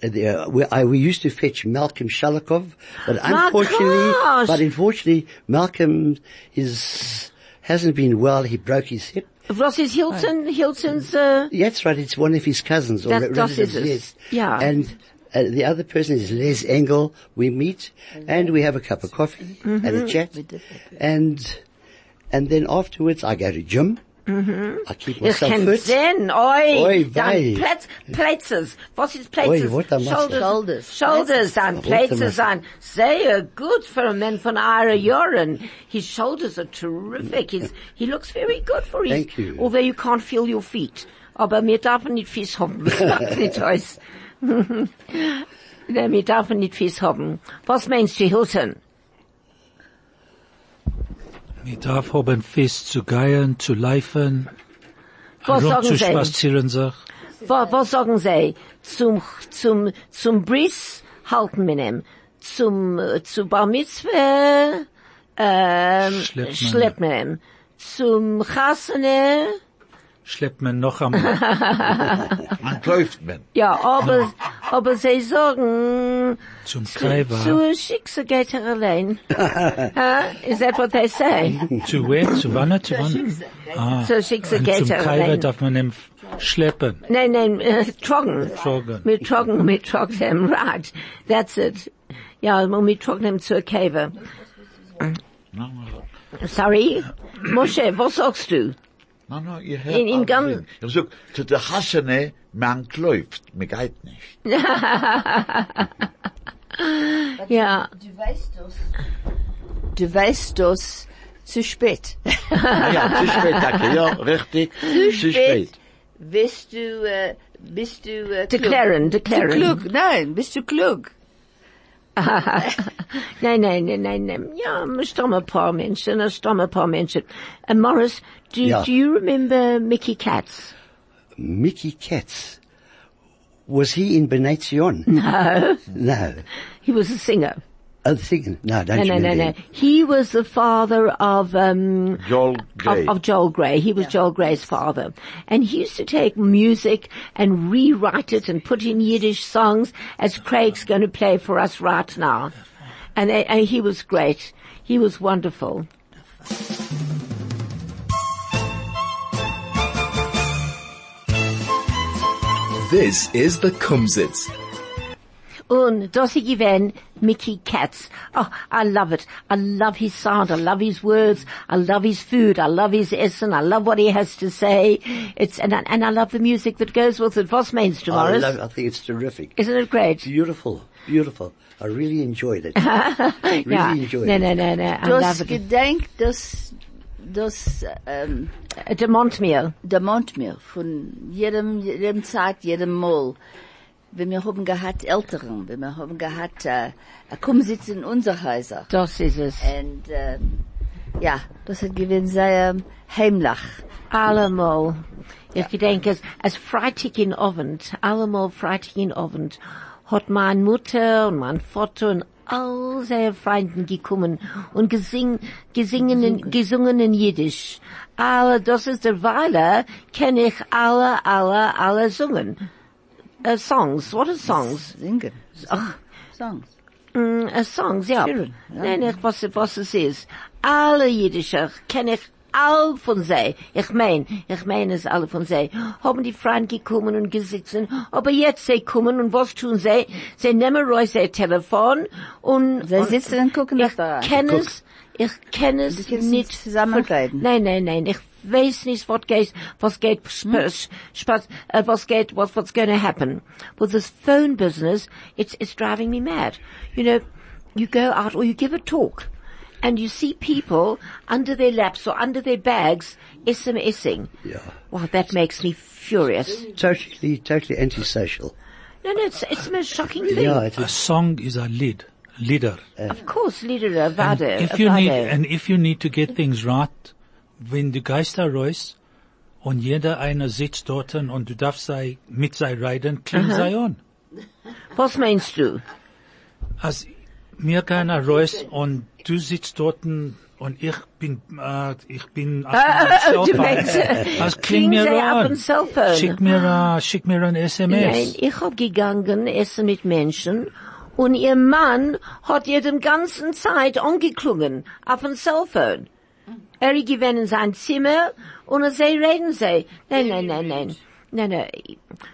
Speaker 4: there, we, I, we used to fetch Malcolm Shalikov, but unfortunately,
Speaker 2: gosh.
Speaker 4: but unfortunately, Malcolm is, hasn't been well. He broke his hip.
Speaker 2: Was ist Hilton, Hiltons, äh,
Speaker 4: That's right. It's one of his cousins or
Speaker 2: That-
Speaker 4: re-
Speaker 2: that is
Speaker 4: relatives.
Speaker 2: it.
Speaker 4: Yes.
Speaker 2: Yeah.
Speaker 4: And uh, the other person is Les Engel. We meet
Speaker 2: Mm-hmm.
Speaker 4: and we have a cup of coffee and a chat. And and then afterwards, I go to gym.
Speaker 2: Mm-hmm.
Speaker 4: I keep
Speaker 2: ich
Speaker 4: myself
Speaker 2: kann
Speaker 4: fit.
Speaker 2: sehen, oi,
Speaker 4: Oi,
Speaker 2: dann
Speaker 4: wei.
Speaker 2: Plätz, Plätzes, was ist Plätzes?
Speaker 4: Oi, what a master.
Speaker 2: Shoulders, Shoulders an,
Speaker 4: What a
Speaker 2: Plätzes
Speaker 4: master.
Speaker 2: an, sehr gut for a man von our Joren. His shoulders are terrific, He's, he looks very good for his,
Speaker 4: Thank you.
Speaker 2: although you can't feel your feet. Oh, Aber wir dürfen nicht Fies
Speaker 4: [laughs]
Speaker 2: haben, das macht nicht aus. [laughs] Nein, wir dürfen nicht Fies haben. Was meinst du, Hilton?
Speaker 3: Ich darf haben Fest zu geiern, zu leifen,
Speaker 2: Was sagen sie?
Speaker 3: rumzuspazieren sich.
Speaker 2: Was, was sagen sie? Zum, zum, zum Briss halten wir ihn. Zum, äh, zu Bar Mitzvah, ähm,
Speaker 3: Schleppt man.
Speaker 2: schleppt man ihn. Zum Chassene,
Speaker 3: Schleppt man
Speaker 2: [laughs]
Speaker 3: noch einmal.
Speaker 5: Läuft man.
Speaker 2: ja,
Speaker 3: Genau.
Speaker 2: aber, aber sie sagen,
Speaker 3: Zum
Speaker 2: zu,
Speaker 3: Kaiwa.
Speaker 2: zu Schicksal geht er
Speaker 3: [laughs]
Speaker 2: allein. huh? Is that what they say?
Speaker 3: Zu weh, zu wanne, zu wanne. Ah,
Speaker 2: Zu Schicksal
Speaker 3: und
Speaker 2: geht
Speaker 3: zum
Speaker 2: er
Speaker 3: Kaiwa
Speaker 2: allein.
Speaker 3: darf man ihn f- schleppen.
Speaker 2: Nein, nein, äh, trocken.
Speaker 3: Trocken.
Speaker 2: Mit trocken, mit trocken, right. That's it. Ja, und mit trocken zur Cave.
Speaker 5: Nou,
Speaker 2: Sorry? Moshe, was sagst du?
Speaker 5: Nein, nein, ihr
Speaker 2: In- in
Speaker 5: hört
Speaker 2: Gang-
Speaker 5: alles. Ich sag, zu der Hasene, man läuft, man geht nicht.
Speaker 2: Ja,
Speaker 6: Du weißt das. Du weißt das zu spät.
Speaker 5: Ah ja, zu spät, danke, ja, richtig, zu spät.
Speaker 6: Bist du, äh, bist du, äh,
Speaker 2: declaren,
Speaker 6: klug. Zu
Speaker 2: declaren.
Speaker 6: klug, nein, bist du klug.
Speaker 2: Nein, nein, nein, nein, nein. Ja, ich stamme ein paar Menschen, ich stamme ein paar Menschen. And Morris, do,
Speaker 4: Ja.
Speaker 2: do you remember Mickey Katz?
Speaker 4: Mickey Katz. was he in Bnei Zion?
Speaker 2: No,
Speaker 4: No.
Speaker 2: he was a singer.
Speaker 4: Oh, the thing. No, don't
Speaker 2: No,
Speaker 4: you
Speaker 2: no, no,
Speaker 4: mean
Speaker 2: no.
Speaker 4: that.
Speaker 2: He was the father of um,
Speaker 5: Joel Nou, Grey.
Speaker 2: of, of Joel Gray. He was Joel Gray's father. And he used to take music and rewrite it and put in Yiddish songs as Craig's going to play for us right now. And, they- and he was great. He was wonderful.
Speaker 1: This is the Kumsitz.
Speaker 2: Und das ist gewesen Mickey Katz. Oh, I love it. I love his sound. I love his words. I love his food. I love his Essen. I love what he has to say. It's, and, I- and I love the music that goes with it. What's means
Speaker 4: I,
Speaker 2: tomorrow?
Speaker 4: love, I think it's terrific.
Speaker 2: Isn't it great?
Speaker 4: Beautiful, beautiful. I really enjoyed it. really
Speaker 2: [laughs] yeah.
Speaker 4: enjoyed
Speaker 2: no,
Speaker 4: it.
Speaker 2: no, no, no. I
Speaker 6: Das
Speaker 2: love it.
Speaker 6: Gedenk, das, das, ähm,
Speaker 2: Uh, De Montmere.
Speaker 6: dämmert mir von jedem, jedem Zeit, jedem Mal. Wenn wir haben gehabt Älteren, wenn wir haben gehabt, äh, kommen sitzen in unser Häuser.
Speaker 2: Das ist es.
Speaker 6: Und, äh, ja, das hat gewesen sehr ähm, heimlich.
Speaker 2: Allemaal. Ik denk, als, als Freitag in Ovent, allemaal Freitag in Ovent, hat meine Mutter und mein Vater und all seine Freunden gekommen und gesing, gesingen, in, gesungen in Jiddisch. Aber das ist der Weile, kenn ich alle, alle, alle singen. Uh, songs, what are songs?
Speaker 6: Singen.
Speaker 2: Ach,
Speaker 6: Songs.
Speaker 2: uh, songs, ja.
Speaker 6: Schön, ja.
Speaker 2: Nein, ich weiß, was es ist. Alle Jiddische kenne ich all von sie. Ich mein, ich meine es alle von sie. Haben die Frauen gekommen und gesitzen, aber jetzt sie kommen und was tun sie? Sie nehmen raus ihr Telefon und...
Speaker 6: Sie
Speaker 2: und
Speaker 6: sitzen und gucken das
Speaker 2: ich
Speaker 6: da an.
Speaker 2: kenne es, ich kenne
Speaker 6: Die
Speaker 2: es
Speaker 6: Kids
Speaker 2: nicht.
Speaker 6: sind zusammenreden.
Speaker 2: Nein, nein, nein, ich weiß nicht, was geht, was geht,
Speaker 3: Hm?
Speaker 2: sp- sp- uh, was geht, what, what's going to happen. With this phone business, it's, it's driving me mad. You know, you go out or you give a talk and you see people under their laps or under their bags SMSing.
Speaker 4: Yeah.
Speaker 2: Wow, that makes me furious.
Speaker 4: Totally, totally antisocial.
Speaker 2: No, no, it's, it's the most shocking thing.
Speaker 4: Yeah, it
Speaker 3: A
Speaker 4: is.
Speaker 3: song is a lead, leader.
Speaker 2: Of course, leader of Vado.
Speaker 3: if you need, and if you need to get things right, wenn du Geister reust und jeder einer sitzt dort und du darfst sei, mit sei reiten, kling sei on.
Speaker 2: Was meinst du?
Speaker 3: Als mir keiner reust und du sitzt dort und ich bin, äh, ich bin,
Speaker 2: oh, [laughs] du meinst,
Speaker 3: [laughs] als kling mir
Speaker 2: kling sei auf
Speaker 3: an.
Speaker 2: dem Cellphone.
Speaker 3: Schick mir, äh, schick mir ein
Speaker 2: Nein,
Speaker 3: SMS.
Speaker 2: ich hab gegangen essen mit Menschen und ihr Mann hat ihr den ganzen Zeit angeklungen auf dem Cellphone. Er gewinnt in sein Zimmer und sie reden sie. Nein, nein, nein, nein. Nein, nein.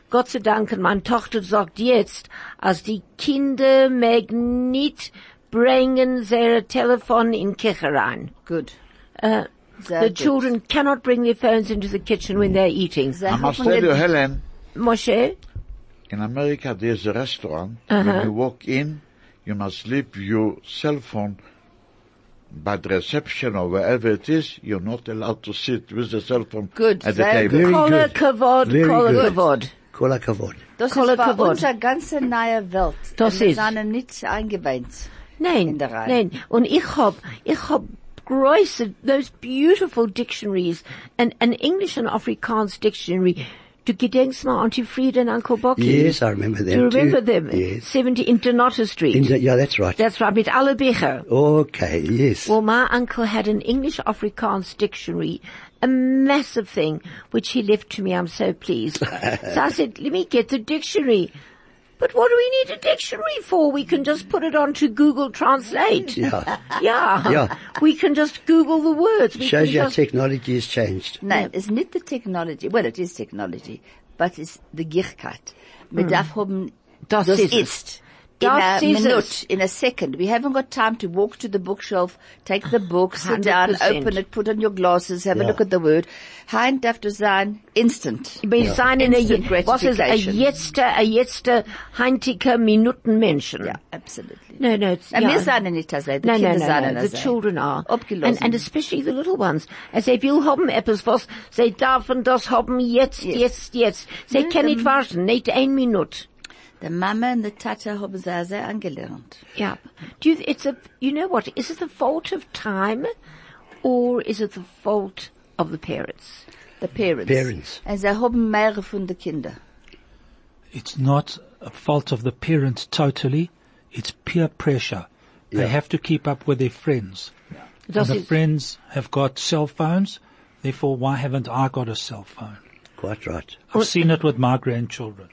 Speaker 2: Gott sei Dank, meine Tochter sagt jetzt, als die Kinder mögen nicht bringen ihr Telefon in Küche rein.
Speaker 6: Gut.
Speaker 2: Äh,
Speaker 6: Sehr
Speaker 2: The
Speaker 6: gut.
Speaker 2: children cannot bring their phones into the kitchen when they're eating.
Speaker 6: Sie
Speaker 5: I must
Speaker 6: haben
Speaker 5: tell you,
Speaker 6: ge-
Speaker 5: Helen,
Speaker 2: Moshe?
Speaker 5: in America there's a restaurant. When you walk in, you must leave your cell phone by the reception or wherever it is. You're not allowed to sit with the cell phone
Speaker 6: Good,
Speaker 5: at the
Speaker 6: very
Speaker 5: table.
Speaker 4: Very
Speaker 2: Kolle
Speaker 4: good.
Speaker 2: Kavod,
Speaker 4: Very
Speaker 2: Kolle
Speaker 4: good.
Speaker 2: Kavod.
Speaker 4: Call a kavod.
Speaker 6: Das
Speaker 2: Kolle
Speaker 6: ist bei
Speaker 2: Kavod.
Speaker 6: uns eine ganze neue Welt.
Speaker 2: Das
Speaker 6: Und wir
Speaker 2: ist.
Speaker 6: sind nicht eingeweint.
Speaker 2: Nein,
Speaker 6: in der Reihe.
Speaker 2: nein. Und ich hab, ich hab große, those beautiful dictionaries, an, an English and Afrikaans dictionary. Du gedenkst mal Auntie Frieda and Uncle Bucky.
Speaker 4: Yes, I remember them
Speaker 2: Do you remember
Speaker 4: too.
Speaker 2: them?
Speaker 4: Yes.
Speaker 2: 70 in Donata Street.
Speaker 4: In the, yeah, that's right.
Speaker 2: That's right, mit alle Bücher.
Speaker 4: okay, yes.
Speaker 2: Well, my uncle had an English Afrikaans dictionary, a massive thing, which he left to me. I'm so
Speaker 4: [laughs]
Speaker 2: pleased. so I said, let me get the dictionary. But what do we need a dictionary for? We can just put it onto Google Translate.
Speaker 6: [laughs]
Speaker 4: yeah.
Speaker 2: Yeah.
Speaker 4: Yeah.
Speaker 2: We can just Google the words. We
Speaker 4: Shows
Speaker 2: can
Speaker 4: you how
Speaker 2: just-
Speaker 4: technology has changed.
Speaker 6: Nein, es ist nicht die Technology. Well, it is technology, but it's the Gierkeit.
Speaker 2: Hmm.
Speaker 6: Wir darf haben
Speaker 2: Das ist es.
Speaker 6: ist. In
Speaker 2: Das
Speaker 6: a
Speaker 2: ist es.
Speaker 6: minute, in a second. We haven't got time to walk to the bookshelf, take the book, sit down,
Speaker 2: 100%.
Speaker 6: open it, put on your glasses, have a
Speaker 4: Yeah.
Speaker 6: look at the word. Hand darf to sein, instant.
Speaker 2: Wir sind in
Speaker 6: Instant
Speaker 2: a, was ist a
Speaker 6: gratification.
Speaker 2: jetzter, a jetzter heintiger Minutenmenschen.
Speaker 6: Yeah, absolutely.
Speaker 2: No, no, it's,
Speaker 6: And
Speaker 2: yeah.
Speaker 6: wir sind nicht das, the
Speaker 2: No, no, no,
Speaker 6: Kinder sind
Speaker 2: no.
Speaker 6: das.
Speaker 2: The children are. And,
Speaker 6: Abgelassen.
Speaker 2: and especially the little ones. As they will haben etwas, was sie dürfen das haben jetzt, jetzt, jetzt. Sie können nicht warten, nicht ein Minute.
Speaker 6: The Mama and the Tata haben sehr, sehr angelernt.
Speaker 2: Yeah. Do you, it's a, you know what, is it the fault of time or is it the fault of the parents?
Speaker 6: The parents.
Speaker 4: Parents.
Speaker 6: And sie haben mehr von den Kindern.
Speaker 3: it's not a fault of the parent totally. It's peer pressure.
Speaker 4: Yeah.
Speaker 3: They have to keep up with their friends.
Speaker 2: Das
Speaker 3: and the
Speaker 2: ist-
Speaker 3: friends have got cell phones. Therefore, why haven't I got a cell phone?
Speaker 4: Quite right.
Speaker 3: I've seen it with my grandchildren.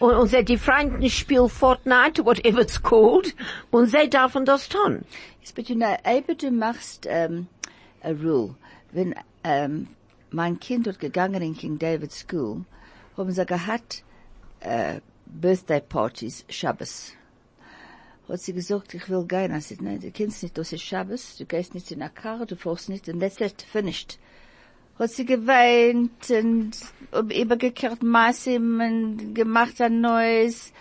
Speaker 2: Und, und sie, die Freunden spielen Fortnite, whatever it's called, und sie dürfen das tun.
Speaker 6: Yes, but you know, Abel, du machst um, a rule. Wenn um, mein Kind hat gegangen in King David School, haben sie gehabt uh, Birthday Parties, Shabbos. Hat sie gesagt, ich will gehen. I said, nein, du kennst nicht, das ist Shabbos, du gehst nicht in der Karre, du fährst nicht, and that's it, finished. Hat sie geweint und ob- übergekehrt Massim und gemacht ein neues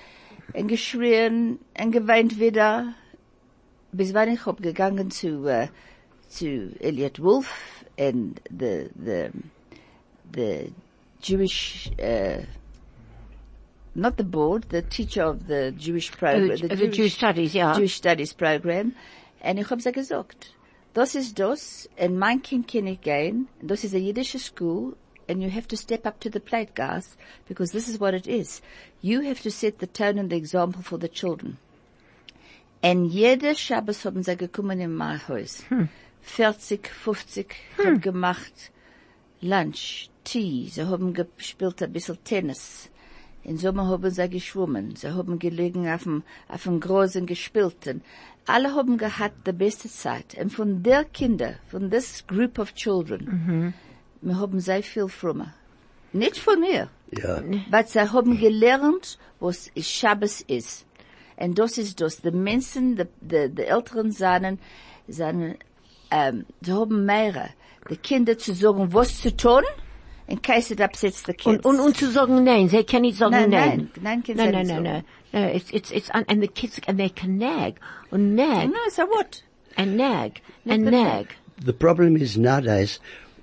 Speaker 6: und geschrien und geweint wieder. bis wann ich hab gegangen zu, äh, zu Elliot Wolf and the, the, the Jewish, uh, not the board, the teacher of Uh, the Jewish program,
Speaker 2: The- the Jewish Studies, ja.
Speaker 6: Jewish Studies program. And ich hab sie gesagt, das ist das, and mein Kind kann ich gehen, das ist a jüdische school, and you have to step up to the plate, guys, because this is what it is. You have to set the tone and the example for the children. En jede Shabbos haben sie gekommen in mein Haus. 40, 50 haben gemacht Lunch, Tea, sie haben gespielt ein bisschen Tennis. Im Sommer haben sie geschwommen, sie haben gelegen auf dem, auf dem großen Gespielten. Alle haben gehabt die beste Zeit. Und von der Kinder, von this group of children, wir haben sehr viel frommer. Nicht von mir.
Speaker 4: Yeah.
Speaker 6: Was sie haben gelernt, was Shabbos ist. Und das ist das. Die Menschen, die, die, die Älteren seinen, seinen, ähm, sie haben mehrere. Die Kinder zu sagen, was zu tun, in case it upsets the kids.
Speaker 2: Und, und, und zu sagen nein, sie können nicht sagen
Speaker 6: Nein,
Speaker 2: nein.
Speaker 6: nein, nein, können sie
Speaker 2: nein, nein,
Speaker 6: nicht sagen.
Speaker 2: nein, nein. It's, it's, it's, un- and the kids, and they can nag, und nag,
Speaker 6: no, so what?
Speaker 2: and nag, and nag.
Speaker 4: The problem is nowadays,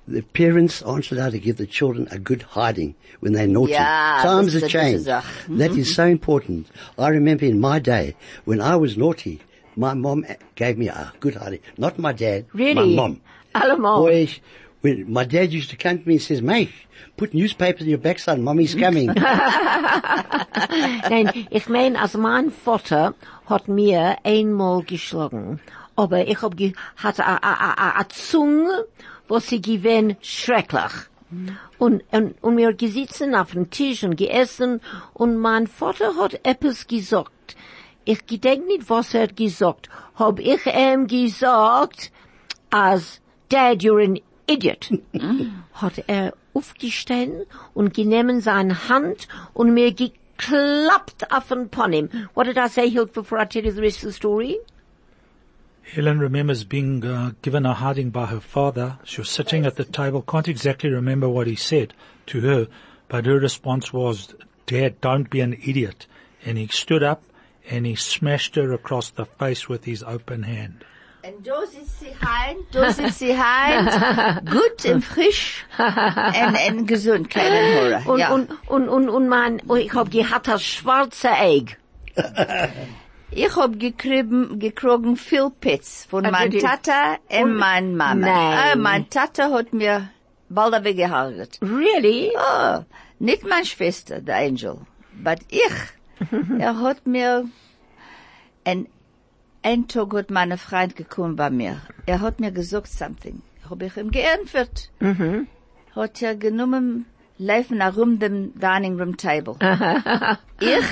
Speaker 4: the parents aren't allowed to give the children a good hiding when they're naughty.
Speaker 6: Yeah,
Speaker 4: Times
Speaker 6: this
Speaker 4: have
Speaker 6: is a- this
Speaker 4: changed.
Speaker 6: is a- mm-hmm.
Speaker 4: That is so important. I remember in my day, when I was naughty, my mom gave me a good hiding. Not my dad,
Speaker 2: Really?
Speaker 4: my mom.
Speaker 2: Allemal.
Speaker 6: Oh.
Speaker 4: Boy, when my dad used to come to me and says, mate, put newspapers in your backside, mommy's coming.
Speaker 6: [laughs]
Speaker 4: [laughs]
Speaker 2: Nein, ich mein, also mein Vater hat mir einmal geschlagen. Aber ich hab, ge- hatte a, a, a, a, a Zunge, was sie gewinn schrecklich. Und, und, und wir gesitzen auf dem Tisch und geessen und mein Vater hat etwas gesagt. Ich gedenk nicht, was er gesagt. Hab ich ihm gesagt, als Dad, you're an idiot. hat er aufgestanden und genommen seine Hand und mir geklappt auf den Ponym. What did I say, Hilt, before I tell you the rest of the story?
Speaker 3: Helen remembers being uh, given a hiding by her father. She was sitting at the table, can't exactly remember what he said to her, but her response was, Dad, don't be an idiot. And he stood up and he smashed her across the face with his open hand.
Speaker 6: And those is sie heim, those is
Speaker 2: [laughs]
Speaker 6: sie heim, gut und frisch, and, and gesund, keinen Horror.
Speaker 2: Und,
Speaker 6: ja.
Speaker 2: und, und, und, und mein, oh, ich hab gehabt das schwarze Egg.
Speaker 6: Ich hab gekriegen, gekriegen viel Pits von
Speaker 2: Also
Speaker 6: mein
Speaker 2: die-
Speaker 6: Tata und mein Mama.
Speaker 2: Nein.
Speaker 6: Ah, mein Tata hat mir bald weggehaget.
Speaker 2: Really?
Speaker 6: Oh, nicht meine Schwester, der Angel, but
Speaker 2: [laughs]
Speaker 6: ich. er hat mir, ein, ein Tag hat mein Freund gekommen bei mir. Er hat mir gesagt something. Hab ich ihm geantwortet. Hat er genommen, laufen herum dem Dining
Speaker 2: [laughs]
Speaker 6: Room Table. ich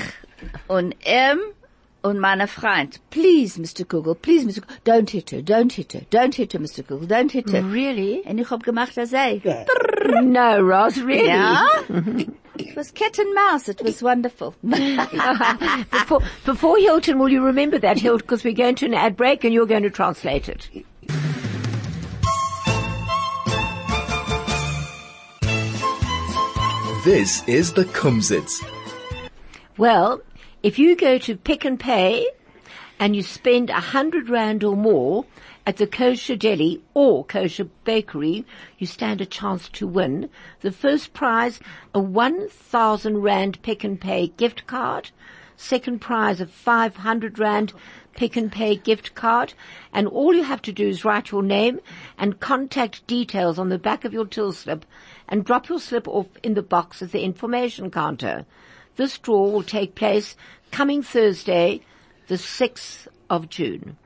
Speaker 6: und ihm und meine Freund. Please, Mr. Kugel, please, Mr. Kugel, don't hit her, don't hit her, don't hit her, Mr. Kugel, don't hit her.
Speaker 2: Really?
Speaker 6: Und ich hab gemacht, als er.
Speaker 2: No, Ross, really? [laughs]
Speaker 6: Ja? it was cat and mouse. It was wonderful.
Speaker 2: Before, before Hilton, will you remember that, Hilton? Because we're going to an ad break and you're going to translate it.
Speaker 1: This is the Kumsitz.
Speaker 2: Well, if you go to Pick and Pay and you spend a hundred rand or more at the kosher deli or kosher bakery, you stand a chance to win. The first prize, a 1000 rand Pick and Pay gift card. Second prize, a 500 rand Pick and Pay gift card. And all you have to do is write your name and contact details on the back of your till slip and drop your slip off in the box at the information counter. This draw will take place coming Thursday, the 6th of June.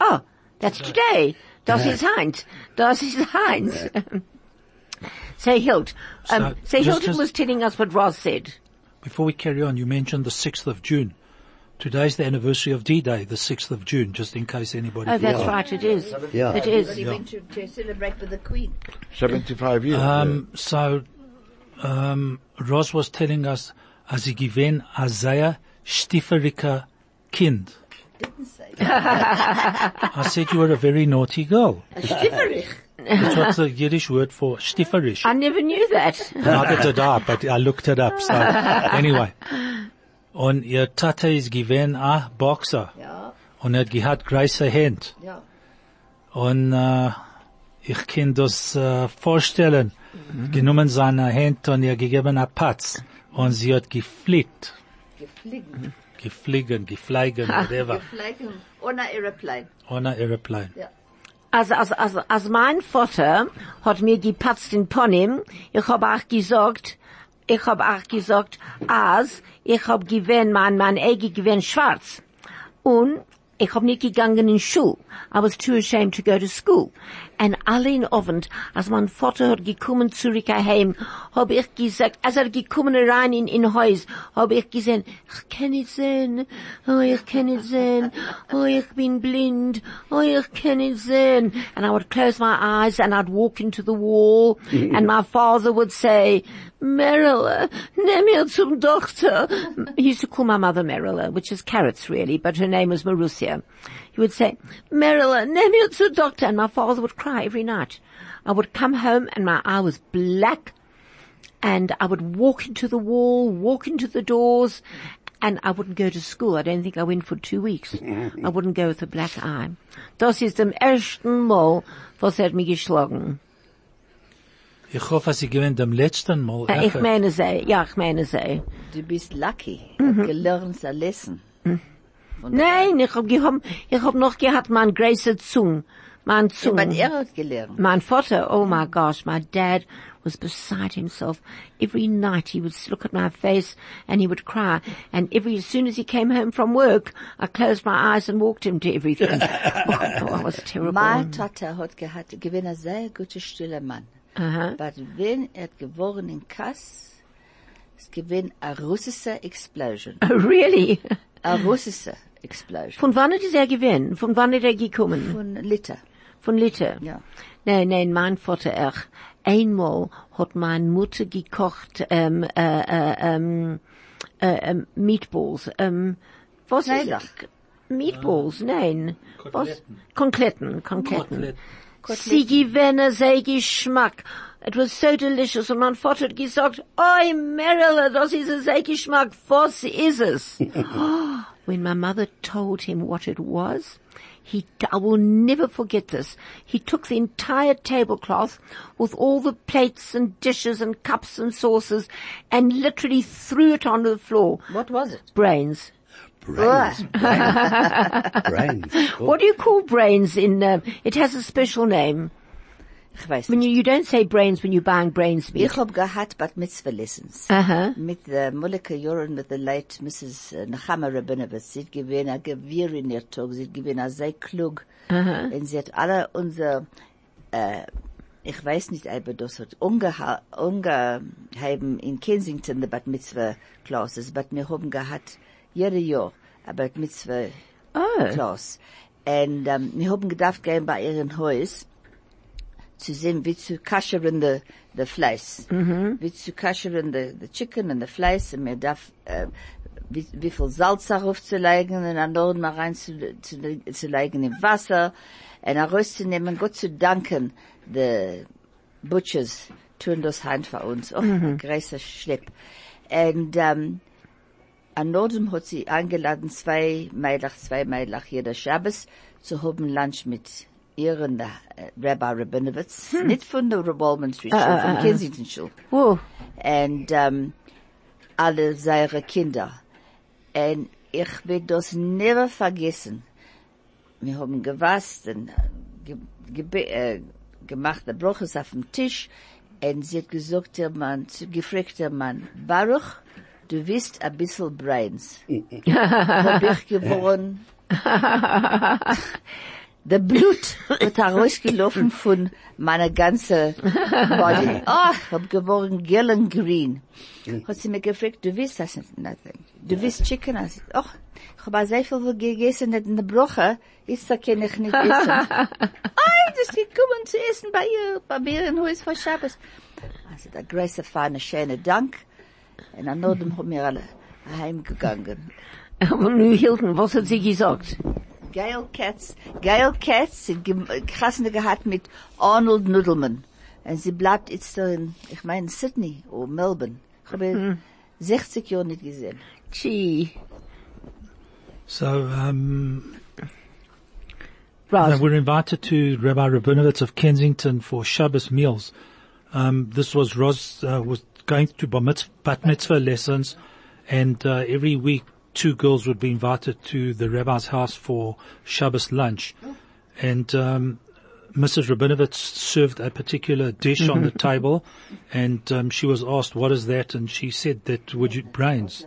Speaker 2: Oh, that's today. Das ist Heinz. Das ist Heinz. [laughs] Say Hilt. Um,
Speaker 3: So,
Speaker 2: say
Speaker 3: just-
Speaker 2: Hilton
Speaker 3: just-
Speaker 2: was telling us what Ross said.
Speaker 3: Before we carry on, you mentioned the 6th of June. Today's the anniversary of D-Day, the 6th of June, just in case anybody.
Speaker 2: Oh, that's
Speaker 4: Yeah.
Speaker 2: right. It is.
Speaker 4: Yeah.
Speaker 2: It is.
Speaker 6: went to, to celebrate with the Queen.
Speaker 5: 75 years.
Speaker 3: Um, so, um, Ross was telling us, as he given Isaiah Stiferica Kind.
Speaker 6: Didn't say.
Speaker 3: I said you were a very naughty girl.
Speaker 6: Stifferich.
Speaker 3: That's what's the Yiddish word for stiferish.
Speaker 2: I never knew that.
Speaker 3: Neither did I, but I looked it up. So anyway, und ihr Tate ist given a Boxer
Speaker 6: Yeah,
Speaker 3: und er hat große Hände.
Speaker 6: yeah.
Speaker 3: Und äh, ich kann das äh, vorstellen. Genommen seine Hände und ihr gegeben ein Patz. Und sie hat gefliegt.
Speaker 6: Gefliegen.
Speaker 3: Gefliegen, gefliegen, whatever.
Speaker 6: Gefliegen. um, On an aeroplane.
Speaker 3: On a aeroplane.
Speaker 6: Yeah.
Speaker 2: Als, als, als, als mein Vater hat mir gepatzt in Ponym, ich hab auch gesagt, ich hab auch gesagt, als ich hab gewähnt, mein, mein Ege gewähnt schwarz. Und ich hab nicht gegangen in Schule. I was too ashamed to go to school. And alle in Abend, als mein Vater hat gekommen zurück heim, hab ich gesagt, als er gekommen rein in, in Haus, hab ich gesehen, ich kann nicht sehen, oh, ich kann nicht sehen, oh, ich bin blind, oh, ich kann nicht sehen. And I would close my eyes and I'd walk into the wall and my father would say, Merrill, nimm mir zum Doktor. He used to call my mother Merrill, which is carrots really, but her name was Marussia. He would say, Merrill, nimm mir zum Doktor. And my father would cry every night. I would come home and my eye was black and I would walk into the wall, walk into the doors, and I wouldn't go to school. I don't think I went for two weeks. I wouldn't go with a black eye. Das ist dem ersten Mal, was hat mich geschlagen.
Speaker 3: Ich hoffe, sie gewinnt dem letzten Mal.
Speaker 2: Äh, Ich
Speaker 3: ever.
Speaker 2: meine sie, ja, ich meine sie.
Speaker 6: Du bist lucky. Mhm. Gelernt a lesson.
Speaker 2: Nein, ich hab, gehom- ich hab noch gehabt mein große Zung, mein Zung.
Speaker 6: But er hat gelernt.
Speaker 2: My father, oh my gosh, my dad was beside himself. Every night he would look at my face and he would cry. And every, as soon as he came home from work, I closed my eyes and walked him to everything. oh, I was terrible.
Speaker 6: Mein Tata hat gehabt, gewinn ein sehr guter stiller Mann. But wenn er geworden in Kass, es gewinn a russische Explosion.
Speaker 2: Oh, [laughs] really?
Speaker 6: A russische Explosion.
Speaker 2: Von wann hat er gewinnen? Von wann hat er gekommen?
Speaker 6: Von Liter.
Speaker 2: Von Litter?
Speaker 6: Ja.
Speaker 2: Nein, nein, mein Vater, er, einmal hat meine Mutter gekocht, ähm, äh, äh, ähm, äh, ähm, Meatballs, ähm, was
Speaker 6: Sneidach.
Speaker 2: ist, Meatballs, nein. Was? Konkletten, Konkletten.
Speaker 3: Kotelett.
Speaker 2: Sie gewinnen, sei Geschmack. It was so delicious. Und mein Vater hat gesagt, oi Marilyn, das ist ein sehr Geschmack. Was ist es? when my mother told him what it was, he, I will never forget this. He took the entire tablecloth with all the plates and dishes and cups and saucers and literally threw it onto the floor.
Speaker 6: What was it?
Speaker 2: Brains.
Speaker 4: Brains. Brains. brains.
Speaker 2: What do you call brains in, um, it has a special name.
Speaker 6: Ich weiß
Speaker 2: When
Speaker 6: nicht.
Speaker 2: you, you don't say brains when you're buying brains meat.
Speaker 6: Ich hab gehabt Bat Mitzvah Lessons.
Speaker 2: Uh-huh.
Speaker 6: Mit der Molika Joran, mit der äh, late Mrs. Nachama Rabinowitz. Sie hat gewinn a Gewirr in ihr Tag. Sie hat gewinn a sehr klug. Und sie hat alle unsere, äh, ich weiß nicht, ob das hat ungeha- ungeheben in Kensington, die Bat Mitzvah Classes. Aber wir haben gehabt, jede Jahr, a Bat Mitzvah Class. Und ähm, wir haben gedacht, gehen bei ihren Haus, zu sehen, wie zu kascheren de, de Fleisch. Wie zu kascheren de, de Chicken und de Fleisch. Und mir darf, äh, wie, wie viel Salz darauf zu legen und dann dort mal rein zu, zu, zu legen im Wasser. Und dann rauszunehmen, Gott zu danken, de Butchers tun das Hand für uns. Oh, ein großer Schlepp. Und, ähm, an Nordem hat sie eingeladen, zwei Meilach, zwei Meilach jeder Schabbos zu haben Lunch mit ihren äh, Rabbi Rabinowitz. Nicht von der Revolman Street Schule, von Kensington Schule.
Speaker 2: Whoa. [laughs]
Speaker 6: Und ähm, alle seine Kinder. Und ich will das never vergessen. Wir haben gewasst und äh, ge, gebe- äh, gemacht, der Bruch ist auf dem Tisch. Und sie hat gesagt, der Mann, zu- gefragt der Mann, Baruch, Du bist ein bisschen Brains. Hab ich geboren. Der Blut wird herausgelaufen von meiner ganzen Body. Oh, ich hab geboren Gillen Green. Hat sie mir gefragt, du willst das nicht? Nothing. Du willst Chicken? Ich sag, ach, ich hab auch sehr viel gegessen in der Broche. Jetzt kann ich nicht essen. Nein, das ist gekommen zu essen bei ihr, bei mir in Haus vor Schabes. Also der große, feine, schöne Dank. Und an dem haben wir alle heimgegangen.
Speaker 2: Aber nun Hilton, was hat sie gesagt?
Speaker 6: Gail Katz, Gail Katz, sie krassende gehabt mit Arnold Nudelman. Und sie bleibt jetzt da in, ich meine, Sydney oder Melbourne. Ich habe 60 Jahre nicht gesehen.
Speaker 2: Gee.
Speaker 3: So, um,
Speaker 2: Right.
Speaker 3: Now we're invited to Rabbi Rabinowitz of Kensington for Shabbos meals. Um, this was Roz uh, was going to bar mitzvah, bat mitzvah lessons, and uh, every week two girls would be invited to the rabbi's house for Shabbos lunch, and um, Mrs. Rabinowitz served a particular dish on the table, and um, she was asked, "What is that?" and she said, "That would you brains."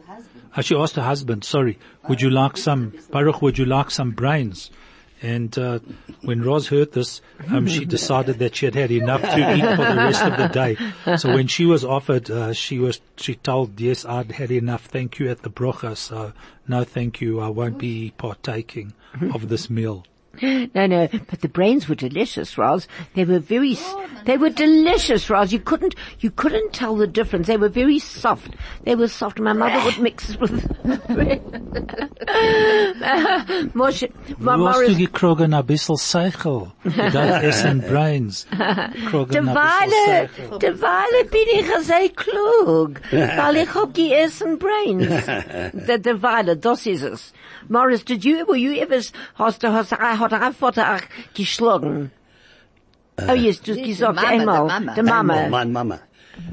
Speaker 3: Uh, she asked her husband, sorry, would you like some, Baruch, would you like some brains? And uh, when Roz heard this, um, she decided that she had had enough to eat for the rest of the day. So when she was offered, uh, she was she told, "Yes, I'd had enough. Thank you at the brocha. So no, thank you. I won't be partaking of this meal."
Speaker 2: No, no, but the brains were delicious, Roz. They were very, s they were delicious, Roz. You couldn't, you couldn't tell the difference. They were very soft. They were soft. My mother would mix it with [laughs] Moshe, my
Speaker 3: Wo hast
Speaker 2: mother
Speaker 3: du
Speaker 2: is-
Speaker 3: gekrogen a bissel Seichel? Da essen brains.
Speaker 2: Die
Speaker 3: Gekrogen a
Speaker 2: Weile,
Speaker 3: bissel Seichel.
Speaker 2: die Weile bin ich sehr
Speaker 4: [laughs]
Speaker 2: klug, weil ich hab geessen Brains. Die, die Weile, das ist es. Morris, did you, were you ever, hast du, hast, hat er Vater auch geschlagen?
Speaker 4: Äh.
Speaker 2: Oh, yes, du hast
Speaker 6: die
Speaker 2: gesagt,
Speaker 6: Mama, die
Speaker 2: einmal,
Speaker 6: Mama.
Speaker 2: die Mama.
Speaker 4: Mein Mama.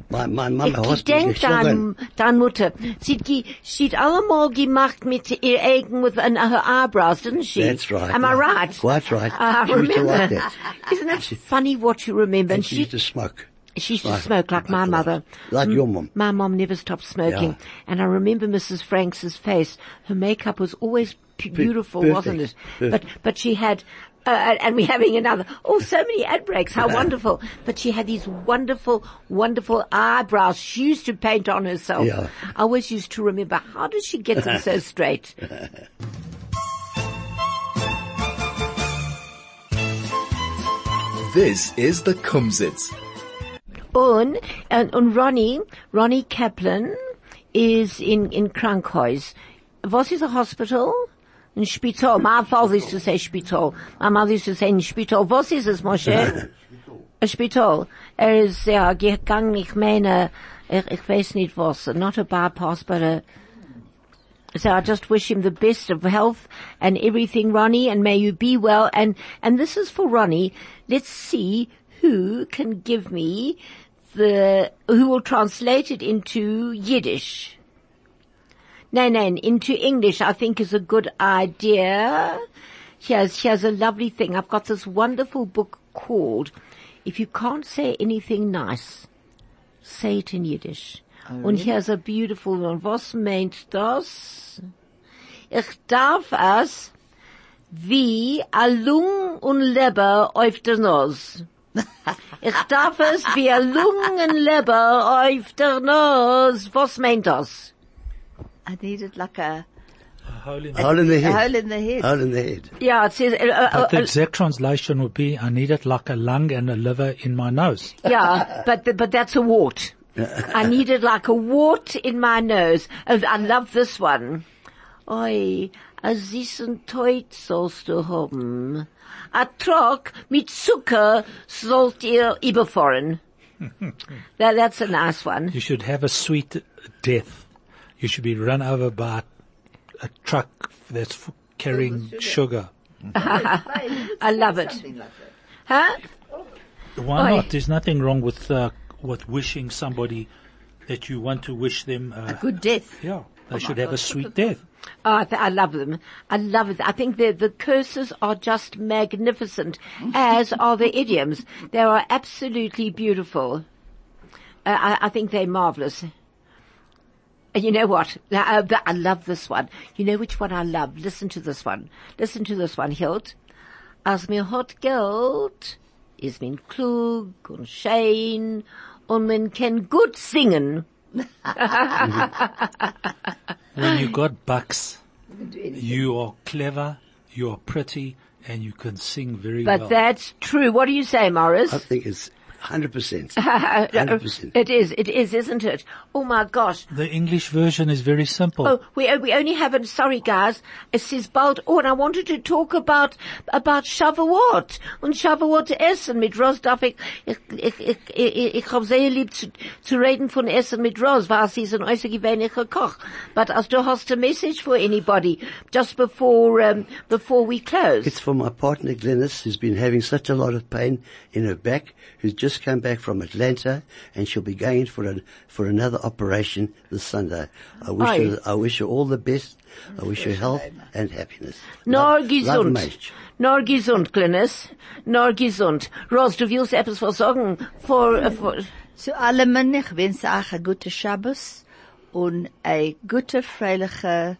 Speaker 4: Mein, mein Mama
Speaker 2: Ich
Speaker 4: hat mich
Speaker 2: gedenk
Speaker 4: geschlagen.
Speaker 2: dein, dein Mutter. Sie hat, ge- sie hat allemal gemacht mit ihr Augen, with an, her eyebrows, didn't she?
Speaker 4: That's right.
Speaker 2: Am I
Speaker 4: yeah.
Speaker 2: right?
Speaker 4: Quite right.
Speaker 2: I
Speaker 4: she used to like
Speaker 2: remember.
Speaker 4: that.
Speaker 2: Isn't that funny what you remember?
Speaker 4: And she used to smoke.
Speaker 2: She used
Speaker 4: Right.
Speaker 2: to smoke like my
Speaker 4: Like
Speaker 2: mother.
Speaker 4: like your mum.
Speaker 2: My mom never stopped smoking.
Speaker 4: Yeah.
Speaker 2: And I remember Mrs. Franks's face. Her makeup was always p- beautiful,
Speaker 4: perfect.
Speaker 2: wasn't it?
Speaker 4: Perfect.
Speaker 2: But, but she had, uh, and and we're having another. Oh, so many ad breaks.
Speaker 4: [laughs]
Speaker 2: How wonderful. But she had these wonderful, wonderful eyebrows she used to paint on herself.
Speaker 4: Yeah.
Speaker 2: I always used to remember, how did she get them
Speaker 4: [laughs]
Speaker 2: so straight?
Speaker 1: This is the Kumsitz.
Speaker 2: Und, und, und Ronnie, Ronnie Kaplan is in, in Krankhaus. Was is a hospital? Ein Spital. My father used to say Spital. My mother used to say ein Spital. Was is es, Moshe? Ein Spital. Er ist ja gegangen, ich meine, ich, ich weiß nicht was, not a bypass, but a, so I just wish him the best of health and everything, Ronnie, and may you be well. And, and this is for Ronnie. Let's see who can give me the, who will translate it into Yiddish. No, no, into English I think is a good idea. Here's, here's a lovely thing. I've got this wonderful book called If You Can't Say Anything Nice, Say It in Yiddish. Und here's a beautiful one. Was meint das? Ich darf es wie a Lung und Leber auf der Nase. Ich darf es wie a Lung und Leber auf der Nase. Was meint das?
Speaker 6: I needed like a,
Speaker 3: Holy
Speaker 4: Hole in the
Speaker 6: a
Speaker 4: head.
Speaker 6: hole in the head.
Speaker 4: Hole in the head.
Speaker 2: Yeah, it says, uh, uh,
Speaker 3: But the exact translation would be, I need it like a lung and a liver in my nose.
Speaker 2: uh, yeah, but, th- but that's a wart. I needed like a wart in my nose. Oh, I love this one. Oi, a süßen Teut sollst du haben. A Trog mit Zucker sollt ihr überfahren. that, that's a nice one.
Speaker 3: You should have a sweet death. You should be run over by a truck that's f- carrying sugar.
Speaker 2: I love it. Huh?
Speaker 3: Why
Speaker 2: Oi.
Speaker 3: not? There's nothing wrong with uh, with wishing somebody that you want to wish them. Uh,
Speaker 6: Good death.
Speaker 3: yeah, they should have a sweet death.
Speaker 2: Oh, I, th- I love them. I love it. I think the the curses are just magnificent, as are the idioms. They are absolutely beautiful. Uh, I, I think they're marvelous. And you know what? Now, I, but I love this one. You know which one I love? Listen to this one. Listen to this one, Hilt. Als mir hot Geld is min klug und schön und man kann gut singen.
Speaker 3: When you got bucks, you are clever, you are pretty, and you can sing very
Speaker 2: But
Speaker 3: well.
Speaker 2: that's true. What do you say, Morris?
Speaker 4: I think it's 100%. 100%.
Speaker 2: It is, it is, isn't it? Oh my gosh.
Speaker 3: the English version is very simple.
Speaker 2: Oh, we we only have a sorry guys. It says bald. Oh, and I wanted to talk about about Shavuot und Shavuot Essen mit Ros darf ich ich ich ich ich, ich hab sehr lieb zu, zu reden von Essen mit Ros, weil sie ist ein äußerst gewöhnlicher Koch. But as du hast a message for anybody just before um, before we close.
Speaker 4: It's for my partner Glennis, who's been having such a lot of pain in her back, who's just come back from Atlanta, and she'll be going for an, for another operation this Sunday. I wish
Speaker 2: Aye.
Speaker 4: her, I wish her all the best. I wish her health and happiness.
Speaker 2: Nor
Speaker 4: Love- love,
Speaker 2: gesund.
Speaker 4: mate.
Speaker 2: Nor gesund, Glennis. Nor gesund. Ros, du willst etwas versorgen vor, äh, vor
Speaker 6: Zu allem und ich wünsche euch einen guten Schabbos und ein guter, freilicher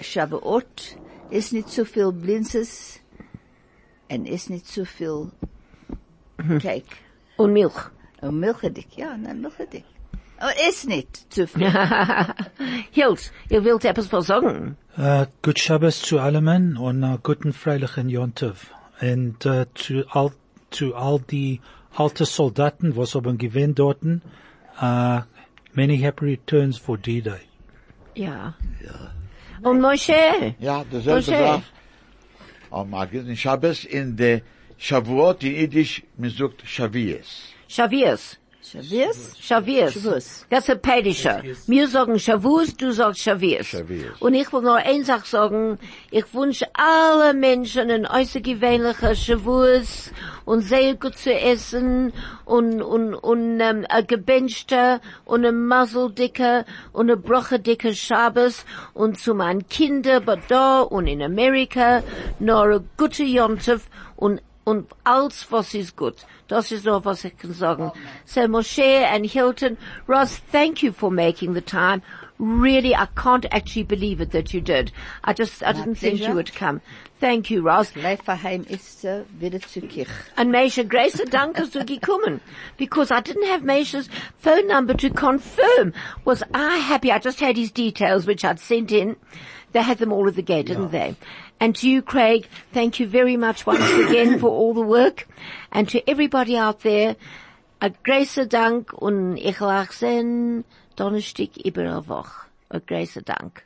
Speaker 6: Shabbat. Ist nicht zu viel Blinzes und ist nicht zu viel Cake.
Speaker 2: und Milch.
Speaker 6: Und milchedig, ja, nou, na milchedig. Oh, ist nicht zu viel.
Speaker 2: Hilt, ihr wollt etwas versorgen.
Speaker 3: Uh, good Shabbos zu allemen und uh, guten Freiligen Jontov. Und uh, zu all, zu all die alte Soldaten, was haben gewinnt dorten, uh, many happy returns for D-Day.
Speaker 2: Ja. Und Moshe.
Speaker 5: Ja, dezelfde
Speaker 2: Moshe.
Speaker 5: dag. Am Morgen in Shabbos in de Shavuot in Yiddish men zoekt Shavuos.
Speaker 2: Shaviers.
Speaker 6: Shabbos?
Speaker 2: Shaviers.
Speaker 6: Shavuos.
Speaker 2: Das ist ein Pädischer. Wir sagen Shavuos, du sagst Shaviers.
Speaker 5: Shavuos.
Speaker 2: Und ich will nur eine Sache sagen. Ich wünsche alle Menschen ein äußergewöhnlicher Shavuos und sehr gut zu essen und, und, und ähm, ein gebenchter und ein maseldicker und ein brochedicker Schabes und zu meinen Kindern, aber da und in Amerika nur ein guter Jontef und und alles, was ist gut. Das ist nur, was ich kann sagen. So Moshe and Hilton, Ross, thank you for making the time. Really, I can't actually believe it that you did. I just, I didn't think you
Speaker 6: pleasure.
Speaker 2: would come. Thank you, Ross.
Speaker 6: Leiferheim ist äh, wieder zu Kich.
Speaker 2: And Meisha Grace, danke dass du gekommen. Because I didn't have Meisha's phone number to confirm. Was I happy? I just had his details, which I'd sent in. They had them all at the gate, didn't they? And to you, Craig, thank you very much [coughs] once again for all the work. And to everybody out there, a grace Dank und ich lach sehen Donnerstag über eine Woche. A grace Dank.